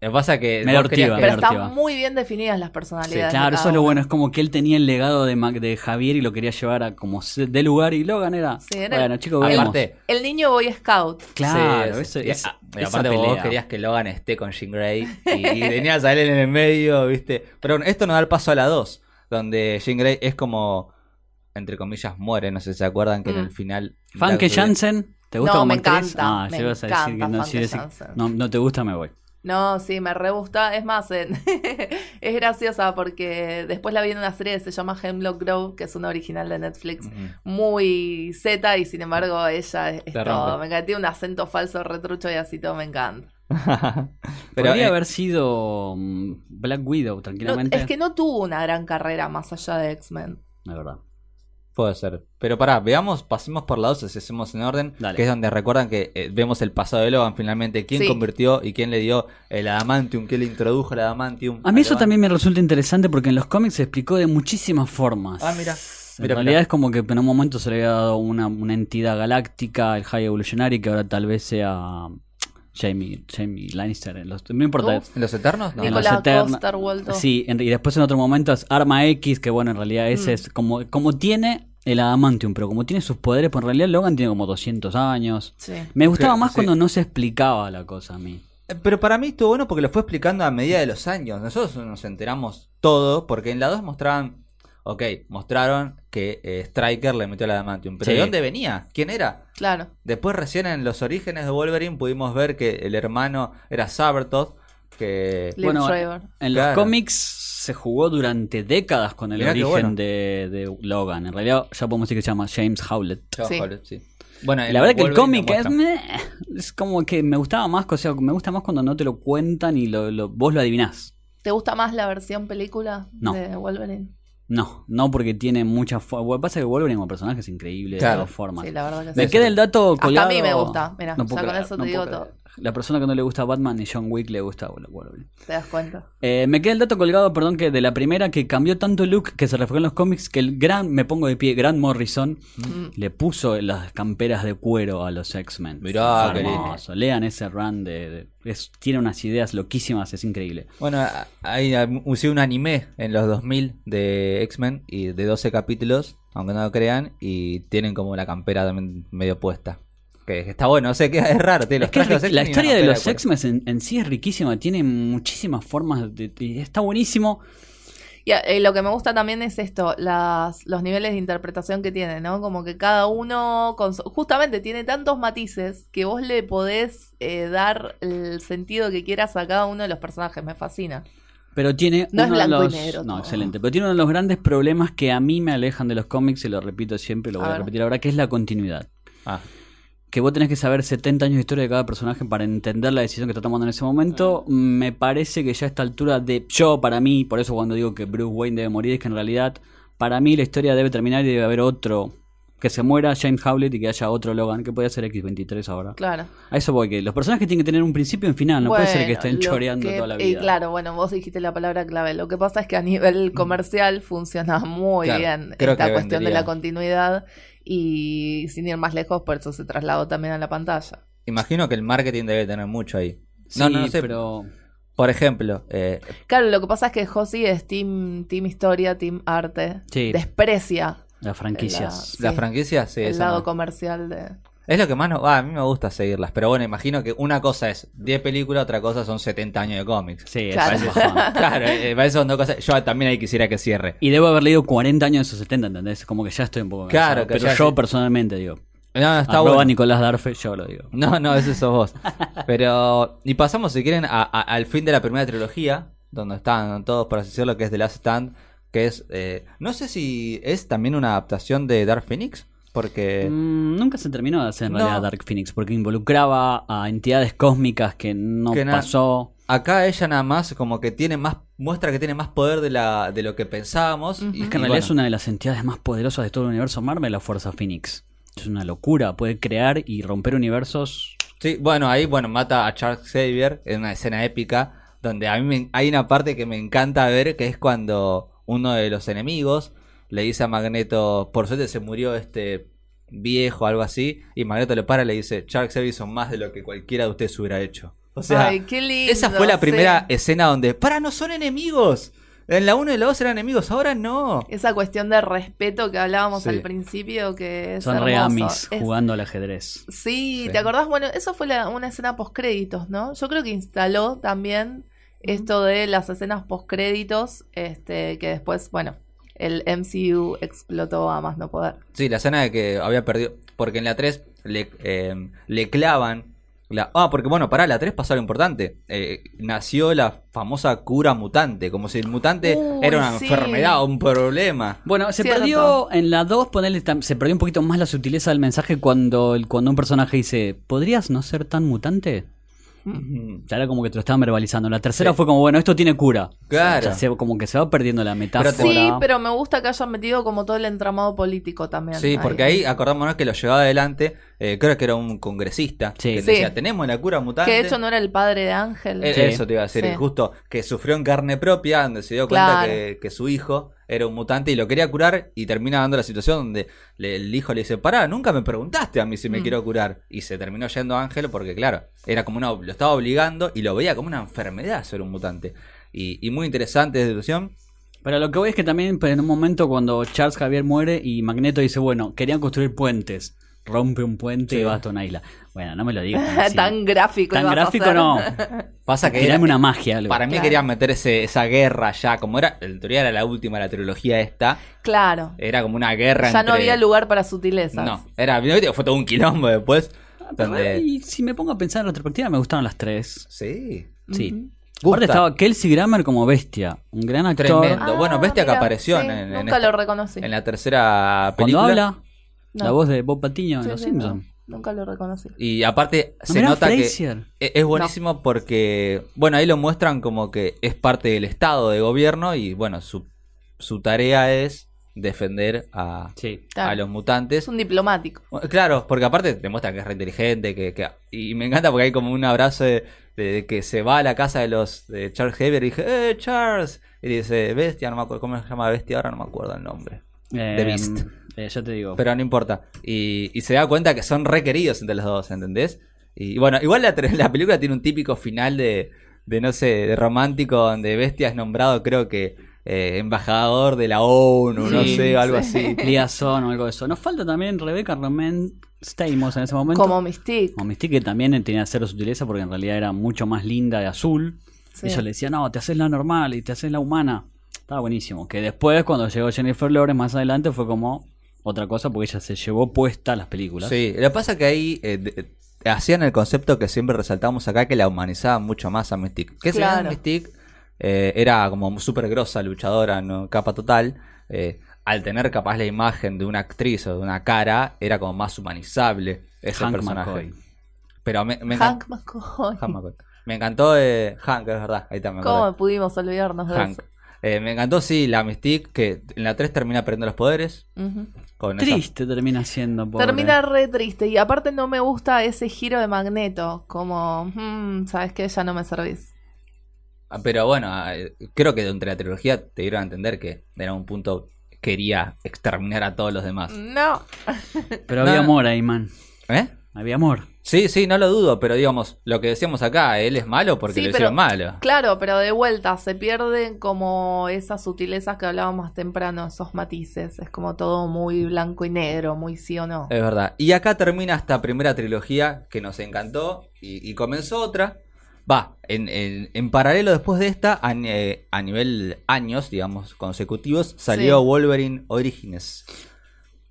A: eh, Pasa que...
C: Medio
A: vos querías
C: ortiva,
A: que-
B: Pero
C: medio ortiva.
B: están muy bien definidas las personalidades. Ah, de
C: Claro,
B: cada
C: eso es lo
B: uno.
C: bueno, es como que él tenía el legado de, Mac- de Javier y lo quería llevar a como se- de lugar y Logan era.
B: Sí, era-
C: bueno, chicos,
A: Aparte-
C: vemos.
B: El niño Boy Scout.
C: Claro,
A: Sí,
C: eso
A: sí. Y-
C: es.
A: ah, y aparte vos querías que Logan esté con Jean Grey y, y
B: Sí.
A: tenías a él en el medio, ¿viste? Pero bueno, esto nos da el paso a la 2, donde Jean Grey es como, entre comillas, muere. No sé si se acuerdan que en
B: Mm.
A: el final.
C: Fanke
A: Dark-
C: Jansen, ¿te gusta
B: No,
C: como
B: me
C: actriz?
B: encanta,
C: Ah,
B: me
C: yo ibas a decir que
B: encanta
C: no, si
B: Famke
C: decís-
B: Janssen.
C: no, no te gusta, me voy.
B: No, sí, me re gusta. Es más, en- [laughs] es graciosa porque después la vi en una serie que se llama Hemlock Grove, que es una original de Netflix.
A: Ujú. [laughs]
B: Muy Z y sin embargo ella es, es
A: Mm. Te
B: todo.
A: rompe.
B: Me encanta, tiene un acento falso retrucho y así todo me encanta.
A: Pero
C: Podría
A: eh,
C: haber sido mm, Black Widow,
B: No,
C: tranquilamente.
B: es que no tuvo una gran carrera más allá de X-Men.
C: La verdad.
A: puede ser. Pero pará, veamos, pasemos por la 2, si hacemos en orden,
C: Dale.
A: que es donde recuerdan que eh, vemos el pasado de Logan finalmente, quién
B: Sí.
A: convirtió y quién le dio el adamantium, quién le introdujo el adamantium.
C: A mí eso
A: Logan.
C: también me resulta interesante porque en los cómics se explicó de muchísimas formas.
A: Ah, mira.
C: En
A: Mira,
C: realidad
A: mira.
C: es como que en un momento se le había dado una, una entidad galáctica, el High Evolutionary, que ahora tal vez sea mm, Jamie, Jamie Lannister. en los- no importa.
B: Uf.
A: ¿En los Eternos? No.
C: En los
B: Nicolás
C: Eterna-
B: Coster, Waldo.
C: Sí, en- y después en otro momento es Arma X, que bueno, en realidad ese
B: Mm.
C: es como, como tiene el Adamantium, pero como tiene sus poderes, pues en realidad Logan tiene como 200 años.
B: Sí.
C: Me gustaba
A: Sí,
C: más
A: sí.
C: cuando no se explicaba la cosa a mí.
A: Pero para mí estuvo bueno porque lo fue explicando a medida de los años. Nosotros nos enteramos todo porque en la 2 mostraban, ok, mostraron que eh, Striker le metió el adamantium. Pero
C: Sí.
A: ¿de dónde venía? ¿Quién era?
B: Claro.
A: Después recién en los orígenes de Wolverine pudimos ver que el hermano era Sabertooth, que...
B: Liv
C: Bueno,
B: Schreiber.
C: En los
A: Claro.
C: cómics se jugó durante décadas con el
A: Mirá qué
C: origen
A: bueno.
C: de, de Logan. En realidad ya podemos decir que se llama James Howlett.
B: Sí.
A: Sí. Bueno, en
C: La verdad que el
A: Wolverine
C: cómic es,
A: lo muestran.
C: meh, es como que me gustaba más, o sea, me gusta más cuando no te lo cuentan y lo, lo- vos lo adivinás.
B: ¿Te gusta más la versión película
C: No.
B: de Wolverine?
C: No, no porque tiene muchas formas. Pasa que Wolverine como personaje es increíble
A: Claro.
C: de todas formas.
B: Sí, la verdad que
C: me
B: sí.
C: queda el dato
B: Hasta
C: colado.
B: a mí me gusta. Mira,
C: No
B: ya
C: puedo
B: con
C: creer,
B: eso
C: no
B: te digo
C: puedo
B: todo.
C: creer. La persona que no le gusta Batman y John Wick le gusta Wolverine.
B: te das cuenta.
C: Eh, me queda el dato colgado, perdón, que de la primera que cambió tanto el look que se reflejó en los cómics que el gran, me pongo de pie, Grant Morrison
B: Mm.
C: le puso las camperas de cuero a los X-Men.
A: Mirá,
C: Es
A: qué
C: hermoso. Lean ese run de, de- es- tiene unas ideas loquísimas, es increíble.
A: Bueno, a- hay usé un anime en los 2000 de X-Men y de 12 capítulos, aunque no lo crean, y tienen como la campera también medio puesta. Que está bueno, o sea, que es raro, tío, los
C: Es que es
A: trajes
C: ri-
A: de
C: la
A: X-Men y
C: historia
A: una
C: de los
A: campera
C: X-Men en, en sí es riquísima, tiene muchísimas formas de- y está buenísimo.
B: Y, eh, lo que me gusta también es esto, las, los niveles de interpretación que tiene, ¿no? Como que cada uno, con su- justamente tiene tantos matices que vos le podés eh, dar el sentido que quieras a cada uno de los personajes, me fascina.
C: Pero tiene
B: No es
C: uno
B: blanco y
C: de los...
B: negro
C: No,
B: todo.
C: excelente. Pero tiene uno de los grandes problemas que a mí me alejan de los cómics, y lo repito siempre, lo
B: A
C: voy a,
B: ver.
C: repetir ahora, que es la continuidad.
A: Ah.
C: Que vos tenés que saber 70 años de historia de cada personaje para entender la decisión que está tomando en ese momento. Me parece que ya a esta altura de yo, para mí, por eso cuando digo que Bruce Wayne debe morir, es que en realidad, para mí la historia debe terminar y debe haber otro. Que se muera James Howlett y que haya otro Logan, que puede ser X23 ahora.
B: Claro.
C: A eso voy, que los personajes tienen que tener un principio y un final, Ah, no puede ser que
B: Bueno,
C: estén
B: lo
C: choreando
B: que-
C: toda la
B: Y
C: vida. Mm.
B: claro, bueno, vos dijiste la palabra clave. Lo que pasa es que a nivel comercial funciona muy
A: Claro,
B: bien
A: creo
B: esta
A: que
B: cuestión de
A: vendería.
B: la continuidad y sin ir más lejos, por eso se trasladó también a la pantalla.
A: Imagino que el marketing debe tener mucho ahí.
C: Sí,
A: no, no, no sé.
C: pero
A: Por ejemplo, eh,
B: Claro, lo que pasa es que Josie es team, team historia, team arte.
C: Sí.
B: Desprecia
C: Las franquicias.
A: las
B: Sí.
A: franquicias, sí,
B: el
A: eso
B: lado
A: no.
B: comercial de...
A: es lo que más nos va, a mí me gusta seguirlas. Pero bueno, imagino que una cosa es 10 películas, otra cosa son 70 años de
C: [laughs]
A: cómics.
C: Sí,
B: Claro.
C: es un
B: [laughs]
C: bajón.
A: Claro, eh, para eso son dos cosas. Yo también ahí quisiera que cierre.
C: Y debo haber leído 40 años de esos 70, ¿entendés? Como que ya estoy un poco
A: Claro,
C: cansado.
A: que
C: Pero
A: ya-
C: yo personalmente digo.
A: No,
C: Está
A: está
C: arroba
A: bueno.
C: Ah, Nicolás Darfe, yo lo digo.
A: No, no, ese sos vos. Pero. Y pasamos, si quieren, a- a- al fin de la primera trilogía, donde están todos, por así decirlo, que es The Last Stand, que es. eh, no sé si es también una adaptación de Dark Phoenix, porque.
C: Mm, nunca se terminó de hacer en
A: No.
C: realidad Dark Phoenix, porque involucraba a entidades cósmicas que no
A: Que na-
C: pasó.
A: Acá ella nada más, como que tiene más. Muestra que tiene más poder de, la, de lo que pensábamos. y,
C: Es que en
A: y
C: realidad es
A: bueno,
C: una de las entidades más poderosas de todo el universo Marvel, la Fuerza Phoenix. Es una locura, puede crear y romper universos.
A: Sí, bueno, ahí, bueno, mata a Charles Xavier en una escena épica. Donde a mí me- hay una parte que me encanta ver, que es cuando uno de los enemigos le dice a Magneto, por suerte se murió este viejo, algo así, y Magneto le para y le dice, Charles Xavier son más de lo que cualquiera de ustedes hubiera hecho. O sea,
B: Ay, qué lindo.
A: esa fue la
B: sí.
A: primera escena donde, para, no son enemigos. En la 1 y la 2 eran enemigos, ahora no.
B: Esa cuestión de respeto que hablábamos
A: Sí.
B: al principio, que es
C: Son
B: hermoso.
C: reamis
B: Es-
C: jugando al ajedrez.
B: Sí,
A: Sí.
B: ¿te acordás? Bueno, eso fue la- una escena postcréditos, ¿no? Yo creo que instaló también esto de las escenas postcréditos, este, que después, bueno, el MCU explotó a más no poder.
A: Sí, la escena de que había perdido. Porque en la 3 le, eh, le clavan. la- ah, porque bueno, pará, la 3 pasó algo importante. Eh, nació la famosa cura mutante. Como si el mutante
B: Uy,
A: era una
B: sí.
A: enfermedad o un
B: [laughs]
A: problema.
C: Bueno, se
B: Cierto.
C: perdió en la 2, ponele, tam- se perdió un poquito más la sutileza del mensaje cuando, el- cuando un personaje dice, ¿podrías no ser tan mutante?
A: Mm,
C: Ya era como que te lo estaban verbalizando. La tercera fue como, bueno, esto tiene cura.
A: Claro.
C: Ya se- como que se va perdiendo la metáfora.
B: Sí, pero me gusta que hayan metido como todo el entramado político también.
A: Sí, porque ahí acordámonos que lo llevaba adelante. eh, creo que era un congresista.
C: Sí.
A: Que
B: Sí.
A: decía, tenemos la cura mutante.
B: Que de hecho no era el padre de Ángel.
A: Eh,
B: [laughs]
C: Sí.
A: Eso te iba a decir,
B: Sí.
A: y justo que sufrió en carne propia, donde se dio cuenta
B: Claro.
A: que, que su hijo era un mutante y lo quería curar y termina dando la situación donde le- el hijo le dice, pará, nunca me preguntaste a mí si me
B: Mm.
A: quiero curar. Y se terminó yendo Ángel porque, claro, era como una, lo estaba obligando y lo veía como una enfermedad ser un mutante. Y, y muy interesante esa situación.
C: Pero lo que voy es que también pues, en un momento cuando Charles Javier muere y Magneto dice, bueno, querían construir puentes. Rompe un puente
A: Sí.
C: y va hasta una isla. Bueno, no me lo digas.
A: [laughs]
C: tan así.
B: tan gráfico.
C: Tan
B: ibas a
C: gráfico
B: hacer.
C: no.
A: Pasa que
C: Tirame
A: era-
C: una magia. algo.
A: para mí
B: Claro.
A: querían meter ese- esa guerra ya, como era, en teoría era la última, la trilogía esta,
B: Claro.
A: era como una guerra
B: Ya no
A: entre-
B: había lugar para sutilezas.
A: No, era, fue todo un quilombo después.
C: Ah, pero
A: donde-
C: ahí, si me pongo a pensar en retrospectiva, me gustaron las tres.
A: Sí.
C: Sí.
B: Ujú.
A: Gusta.
C: Aparte estaba Kelsey Grammer como bestia. Un gran actor.
A: Tremendo. Bueno, bestia que
B: mira,
A: apareció en- en
B: Ah, Nunca
A: esta-
B: lo reconocí.
A: En la tercera
C: Cuando
A: Ah, película.
C: habla,
B: No.
C: la voz de Bob Patiño
B: Sí,
C: en Los
B: sí,
C: Simpsons.
B: no, nunca lo reconocí.
A: Y aparte se
C: mirá,
A: nota
C: Fraser.
A: que e- es buenísimo porque, bueno, ahí lo muestran como que es parte del Estado de gobierno y, bueno, su, su tarea es defender a,
C: Sí.
B: Claro.
A: a los mutantes.
B: Es un diplomático.
A: Bueno, Claro, porque aparte te muestran que es re inteligente, que, que- y me encanta porque hay como un abrazo de, de que se va a la casa de los de Charles Heber y dice, ¡eh, Charles! Y le dice, bestia, no me acuerdo, ¿cómo se llama bestia? Ahora no me acuerdo el nombre.
C: Eh,
A: The Beast.
C: eh, ya te digo.
A: Pero no importa. Y, y se da cuenta que son requeridos entre los dos, ¿entendés? Y, y bueno, igual la, tre- [laughs] la película tiene un típico final de, de, no sé, de romántico, donde bestia es nombrado, creo que, eh, embajador de la ONU, no
C: Sí,
A: sé, algo
B: [laughs] sí.
A: así.
C: Liazón o algo de eso. Nos falta también Rebeca Romaine Stamos en ese momento.
B: Como Mystique.
C: Como Mystique que también tenía cero sutileza porque en realidad era mucho más linda de azul.
B: Sí.
C: Y yo le decía, no, te haces la normal y te haces la humana. Estaba buenísimo. Que después, cuando llegó Jennifer Lawrence más adelante, fue como otra cosa porque ella se llevó puesta las películas.
A: Sí, lo que pasa es que ahí eh, de- eh, hacían el concepto que siempre resaltamos acá, que la humanizaban mucho más a Mystique. Que si bien
B: Claro.
A: Mystique eh, era como súper grosa luchadora, ¿no? capa total. eh, al tener capaz la imagen de una actriz o de una cara, era como más humanizable ese
C: Hank
A: personaje.
C: McCoy.
A: Pero me, me encan-
B: Hank McCoy.
A: Hank McCoy. Me encantó eh, Hank, es verdad. Ahí también.
B: ¿Cómo pudimos olvidarnos de
A: Hank.
B: eso?
A: Eh, me encantó, sí, la Mystique, que en la 3 termina perdiendo los poderes.
B: Ujú.
A: Con esa-
C: Triste termina siendo. pobre.
B: Termina re triste y aparte no me gusta ese giro de magneto, como, "Mm, sabes que ya no me servís.
A: Ah, Pero bueno, ah, eh, creo que durante la trilogía te dieron a entender que era un punto quería exterminar a todos los demás.
B: No,
C: Pero había
A: No.
C: amor ahí, man.
B: Mm.
A: ¿Eh?
C: Había amor.
A: Sí, sí, no lo dudo, pero digamos, lo que decíamos acá, él es malo porque
B: Sí,
A: lo
B: pero-
A: hicieron malo.
B: claro, pero de vuelta se pierden como esas sutilezas que hablábamos temprano, esos matices, es como todo muy blanco y negro, muy sí o no.
A: Es verdad. Y acá termina esta primera trilogía que nos encantó y, y comenzó otra. Va, en, en- en paralelo después de esta, a, ni- eh, a nivel años, digamos, consecutivos, salió
B: Sí.
A: Wolverine Origines.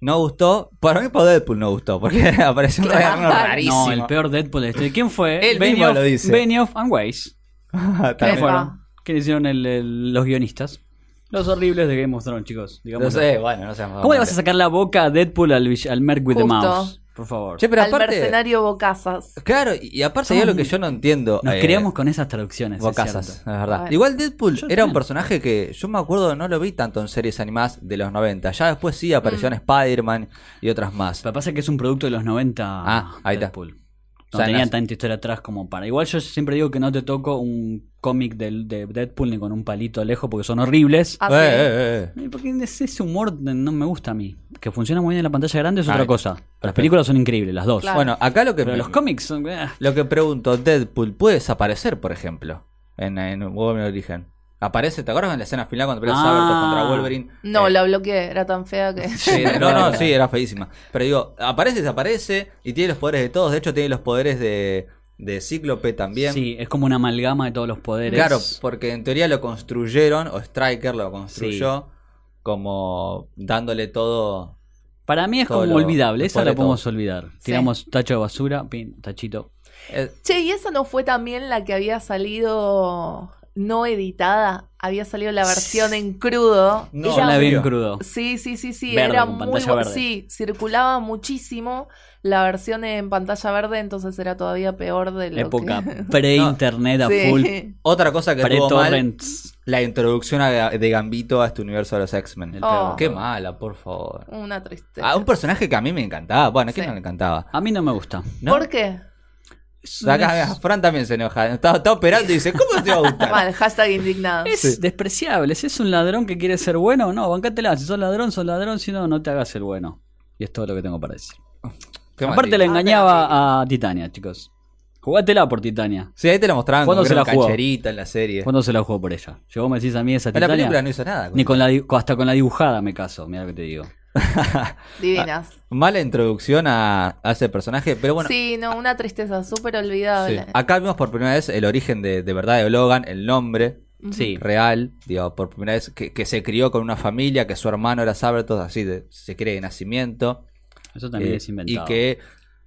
A: No gustó, para mí por Deadpool no gustó, porque [laughs] apareció un
B: Claro.
A: rearno rarísimo.
C: No, el peor Deadpool de este. ¿Quién fue?
A: Él mismo lo dice.
C: Benioff and Weiss. [laughs] ¿Quiénes
A: También.
B: Epa.
C: fueron? ¿Quiénes hicieron el- el- los guionistas? Los horribles de Game of Thrones, chicos.
A: No
C: Digamos.
A: sé, bueno, no sé.
C: ¿Cómo le vas a sacar la boca a Deadpool al, vill- al Merc with the
B: Justo.
C: Mouse? Por favor.
A: Che, pero
B: Al
A: aparte.
B: mercenario Bocazas.
A: Claro, y y aparte
C: Somos
A: yo lo que
C: muy-
A: yo no entiendo.
C: Nos
A: eh,
C: creamos con esas traducciones. es
A: Bocazas, es
C: cierto.
A: verdad.
B: Bueno.
A: Igual Deadpool
C: Yo
A: era un
C: también.
A: personaje que yo me acuerdo no lo vi tanto en series animadas de los 90. Ya después sí
B: Mm.
A: apareció en Spider-Man y otras más.
B: Ah,
C: Lo que pasa es que es un producto de los 90.
A: Ah, ahí está.
C: Deadpool.
A: O
C: No
A: sea,
C: tenía
A: nace-
C: tanta historia atrás como para. Igual yo siempre digo que no te toco un cómic del- de Deadpool ni con un palito lejos porque son horribles.
B: Ah,
A: Eh,
B: sí.
A: eh, eh, eh.
C: Eh, Porque ese ese humor no me gusta a mí. Que funciona muy bien en la pantalla grande es
A: Ah,
C: otra cosa. Las películas son increíbles, las dos.
B: Claro.
A: Bueno, acá lo que,
C: Pero los cómics son. eh,
A: lo que pregunto, Deadpool puede desaparecer, por ejemplo, en, en Wolverine Origen. Aparece, ¿te acuerdas en la escena final cuando pelea
C: Ah.
A: Sabertooth contra Wolverine?
B: No,
A: Eh,
B: la bloqueé, era tan fea que...
A: [laughs]
C: [laughs]
A: Sí, no, no, sí, era feísima. Pero digo, aparece, desaparece y tiene los poderes de todos. De hecho, tiene los poderes de, de Cíclope también.
C: Sí, es como una amalgama de todos los poderes.
A: Claro, porque en teoría lo construyeron, o Striker lo construyó, como dándole todo.
C: Para mí es
A: Todo
C: como
A: lo-
C: olvidable,
A: los
C: esa
A: poderes
C: la podemos olvidar.
B: Sí.
C: Tiramos tacho de basura, pin, tachito.
A: Eh,
B: Che, ¿y esa no fue también la que había salido no editada? Había salido la versión en crudo.
A: No,
C: Yo
B: Era-
C: la vi en
A: serio?
C: crudo.
B: Sí, sí, sí, sí,
C: Verde,
B: era
C: con
B: muy
C: pantalla
B: bu-
C: verde.
B: sí, circulaba muchísimo la versión en pantalla verde, entonces era todavía peor de lo [laughs]
C: Época [laughs]
B: que
C: pre-internet a
B: Sí.
C: full,
B: [laughs]
A: Otra cosa que estuvo mal,
C: pre-torrents.
A: la introducción a- de Gambito a este universo de los X-Men.
C: El
B: Oh.
C: peor.
A: Qué mala, por favor.
B: Una tristeza.
A: A un personaje que a mí me encantaba. Bueno, ¿a quién
B: Sí.
A: no le encantaba?
C: A mí no me gusta.
A: ¿No?
B: ¿Por qué?
C: Es,
A: O sea, Acá
C: es-
A: Fran también se enoja. Está, está operando y dice, ¿cómo te va a gustar?
B: Mal,
A: [laughs]
B: hashtag indignado.
C: es
A: Sí.
C: despreciable. Si es un ladrón que quiere ser bueno, no, bancátela. Si sos ladrón, sos ladrón. Si no, no te hagas el bueno. Y es todo lo que tengo para decir.
A: Qué
C: Aparte
A: maldito.
C: le
B: Ah,
C: engañaba a Titania, chicos. Jugátela por Titania.
A: Sí, ahí te lo mostraban
C: ¿Cuándo
A: como que
C: se
A: era
C: la jugó?
A: cancherita en la serie.
C: ¿Cuándo se la jugó por ella? Yo vos me decís a mí esa
A: En la película
C: Titania.
A: no hizo nada.
C: Ni con la, di- hasta con la dibujada me caso, mira lo que te digo.
A: ah,
B: Divinas.
A: Mala introducción a, a ese personaje, pero bueno.
B: sí, no, una tristeza súper
A: Sí.
B: olvidable.
A: Acá vimos por primera vez el origen de, de verdad de Logan, el nombre
B: Ujú.
C: Sí.
A: real, digo, por primera vez que, que se crió con una familia, que su hermano era Sabertooth, así de- se cree de nacimiento.
C: Eso también
A: eh,
C: es inventado.
A: Y que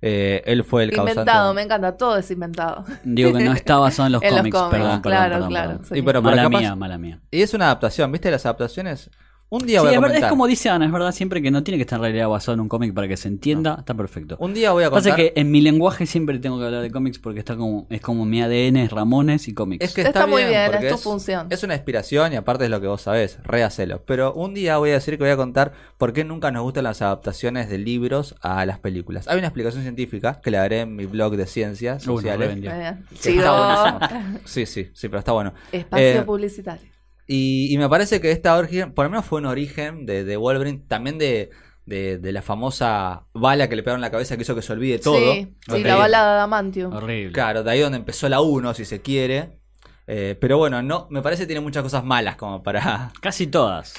A: eh, él fue el causante.
B: Inventado, me encanta, todo es inventado.
C: Digo que no está basado en
B: [laughs]
C: los
B: En los
C: cómics,
B: cómics,
C: perdón, perdón,
B: claro,
C: perdón,
B: claro,
C: perdón.
B: sí.
A: Y pero, pero
C: Mala
A: capaz-
C: mía, mala mía.
A: Y es una adaptación, ¿viste? Las adaptaciones Un
C: Sí,
A: día voy a
C: es, verdad,
A: comentar.
C: es como dice Ana, es verdad siempre que no tiene que estar en realidad basado en un cómic para que se entienda, está perfecto.
A: Un día voy a
C: Pasa
A: contar.
C: que en mi lenguaje siempre tengo que hablar de cómics porque está como es como mi ADN, es Ramones y cómics.
A: Es que
B: Está
A: está,
B: muy bien,
A: porque
B: es tu función.
A: Es una inspiración y aparte es lo que vos sabés, rehacelo. Pero un día voy a decir que voy a contar por qué nunca nos gustan las adaptaciones de libros a las películas. Hay una explicación científica que la haré en mi blog de ciencias
C: Uh, nos
A: sociales.
C: revendió.
B: Muy bien.
A: que
B: Sigo.
A: está buenísimo. Sí, sí, sí, pero está bueno.
B: Espacio
A: Eh,
B: publicitario.
A: Y, y me parece que esta origen, por lo menos fue un origen de, de Wolverine, también de, de, de la famosa bala que le pegaron en la cabeza que hizo que se olvide todo.
B: Sí, sí, la
A: Ok.
B: bala de Adamantium.
C: Horrible.
A: Claro, de ahí donde empezó la 1, si se quiere. Eh, pero bueno, no, me parece que tiene muchas cosas malas como para.
C: Casi todas.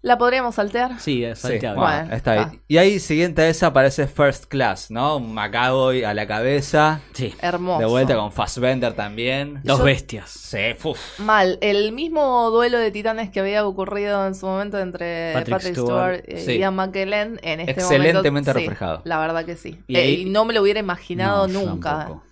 B: ¿La podríamos saltear?
C: Sí, eh, es
A: Sí, bueno,
C: salteable.
A: está
B: Bueno, está.
A: bien. Y ahí siguiente a esa aparece First Class, ¿no? Un McAvoy a la cabeza.
C: Sí.
B: Hermoso.
A: De vuelta con Fassbender también.
C: Dos
B: Yo-
C: bestias.
A: Sí, uf.
B: Mal, el mismo duelo de titanes que había ocurrido en su momento entre
C: Patrick
B: Patrick,
C: Stewart,
B: Stewart, y
A: sí.
B: Ian McKellen en este
A: Excelentemente
B: momento. sí,
A: reflejado.
B: la verdad que sí.
C: Y
B: Eh,
C: ahí-
B: y no me lo hubiera imaginado
C: No, yo
B: nunca.
C: tampoco.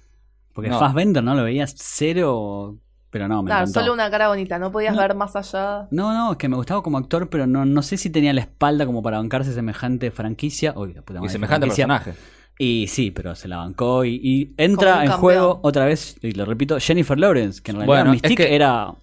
C: Porque
A: No.
C: Fassbender no lo veías cero, pero no, me
B: Claro,
C: encantó.
B: solo una cara bonita, no podías
C: No.
B: ver más allá.
C: No, no, es que me gustaba como actor, pero no, no sé si tenía la espalda como para bancarse semejante franquicia. Uy, la puta
A: Y
C: madre,
A: semejante
C: franquicia.
A: personaje.
C: Y sí, pero se la bancó y, y entra
B: Como un
C: en
B: campeón.
C: juego otra vez, y lo repito, Jennifer Lawrence, que en realidad
A: Bueno, es
C: Mystique
A: que-
C: era...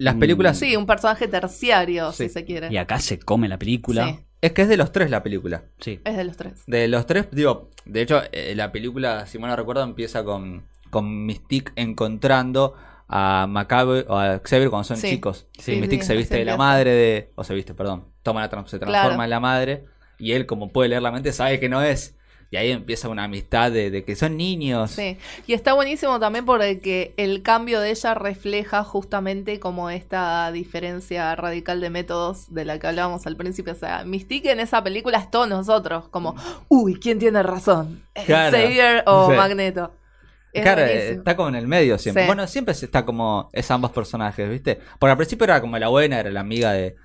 A: Las películas.
B: Sí, un personaje terciario,
A: Sí.
B: si se quiere.
C: Y acá se come la película.
B: Sí, Eh,
A: Es que es de los tres la película.
C: Sí.
B: es de los tres.
A: De los tres, digo, de hecho, eh, la película, si mal no recuerdo, empieza con, con Mystique encontrando a Macabre o a Xavier cuando son
B: Sí.
A: chicos.
B: Sí,
A: Y Mystique
B: sí,
A: se viste
B: así
A: de la
B: empieza.
A: madre de. O se viste, perdón. Toma la tran- se transforma
B: Claro.
A: en la madre. Y él, como puede leer la mente, sabe que no es. Y ahí empieza una amistad de, de que son niños.
B: Sí, y está buenísimo también porque el cambio de ella refleja justamente como esta diferencia radical de métodos de la que hablábamos al principio. O sea, Mystique en esa película es todos nosotros, como, uy, ¿quién tiene razón?
A: Claro.
B: ¿Xavier o
A: Sí.
B: Magneto? Es
A: Claro, eh,
B: buenísimo.
A: está como en el medio siempre.
B: Sí.
A: Bueno, siempre se está como. Es ambos personajes, ¿viste? Porque al principio era como la buena, era la amiga de.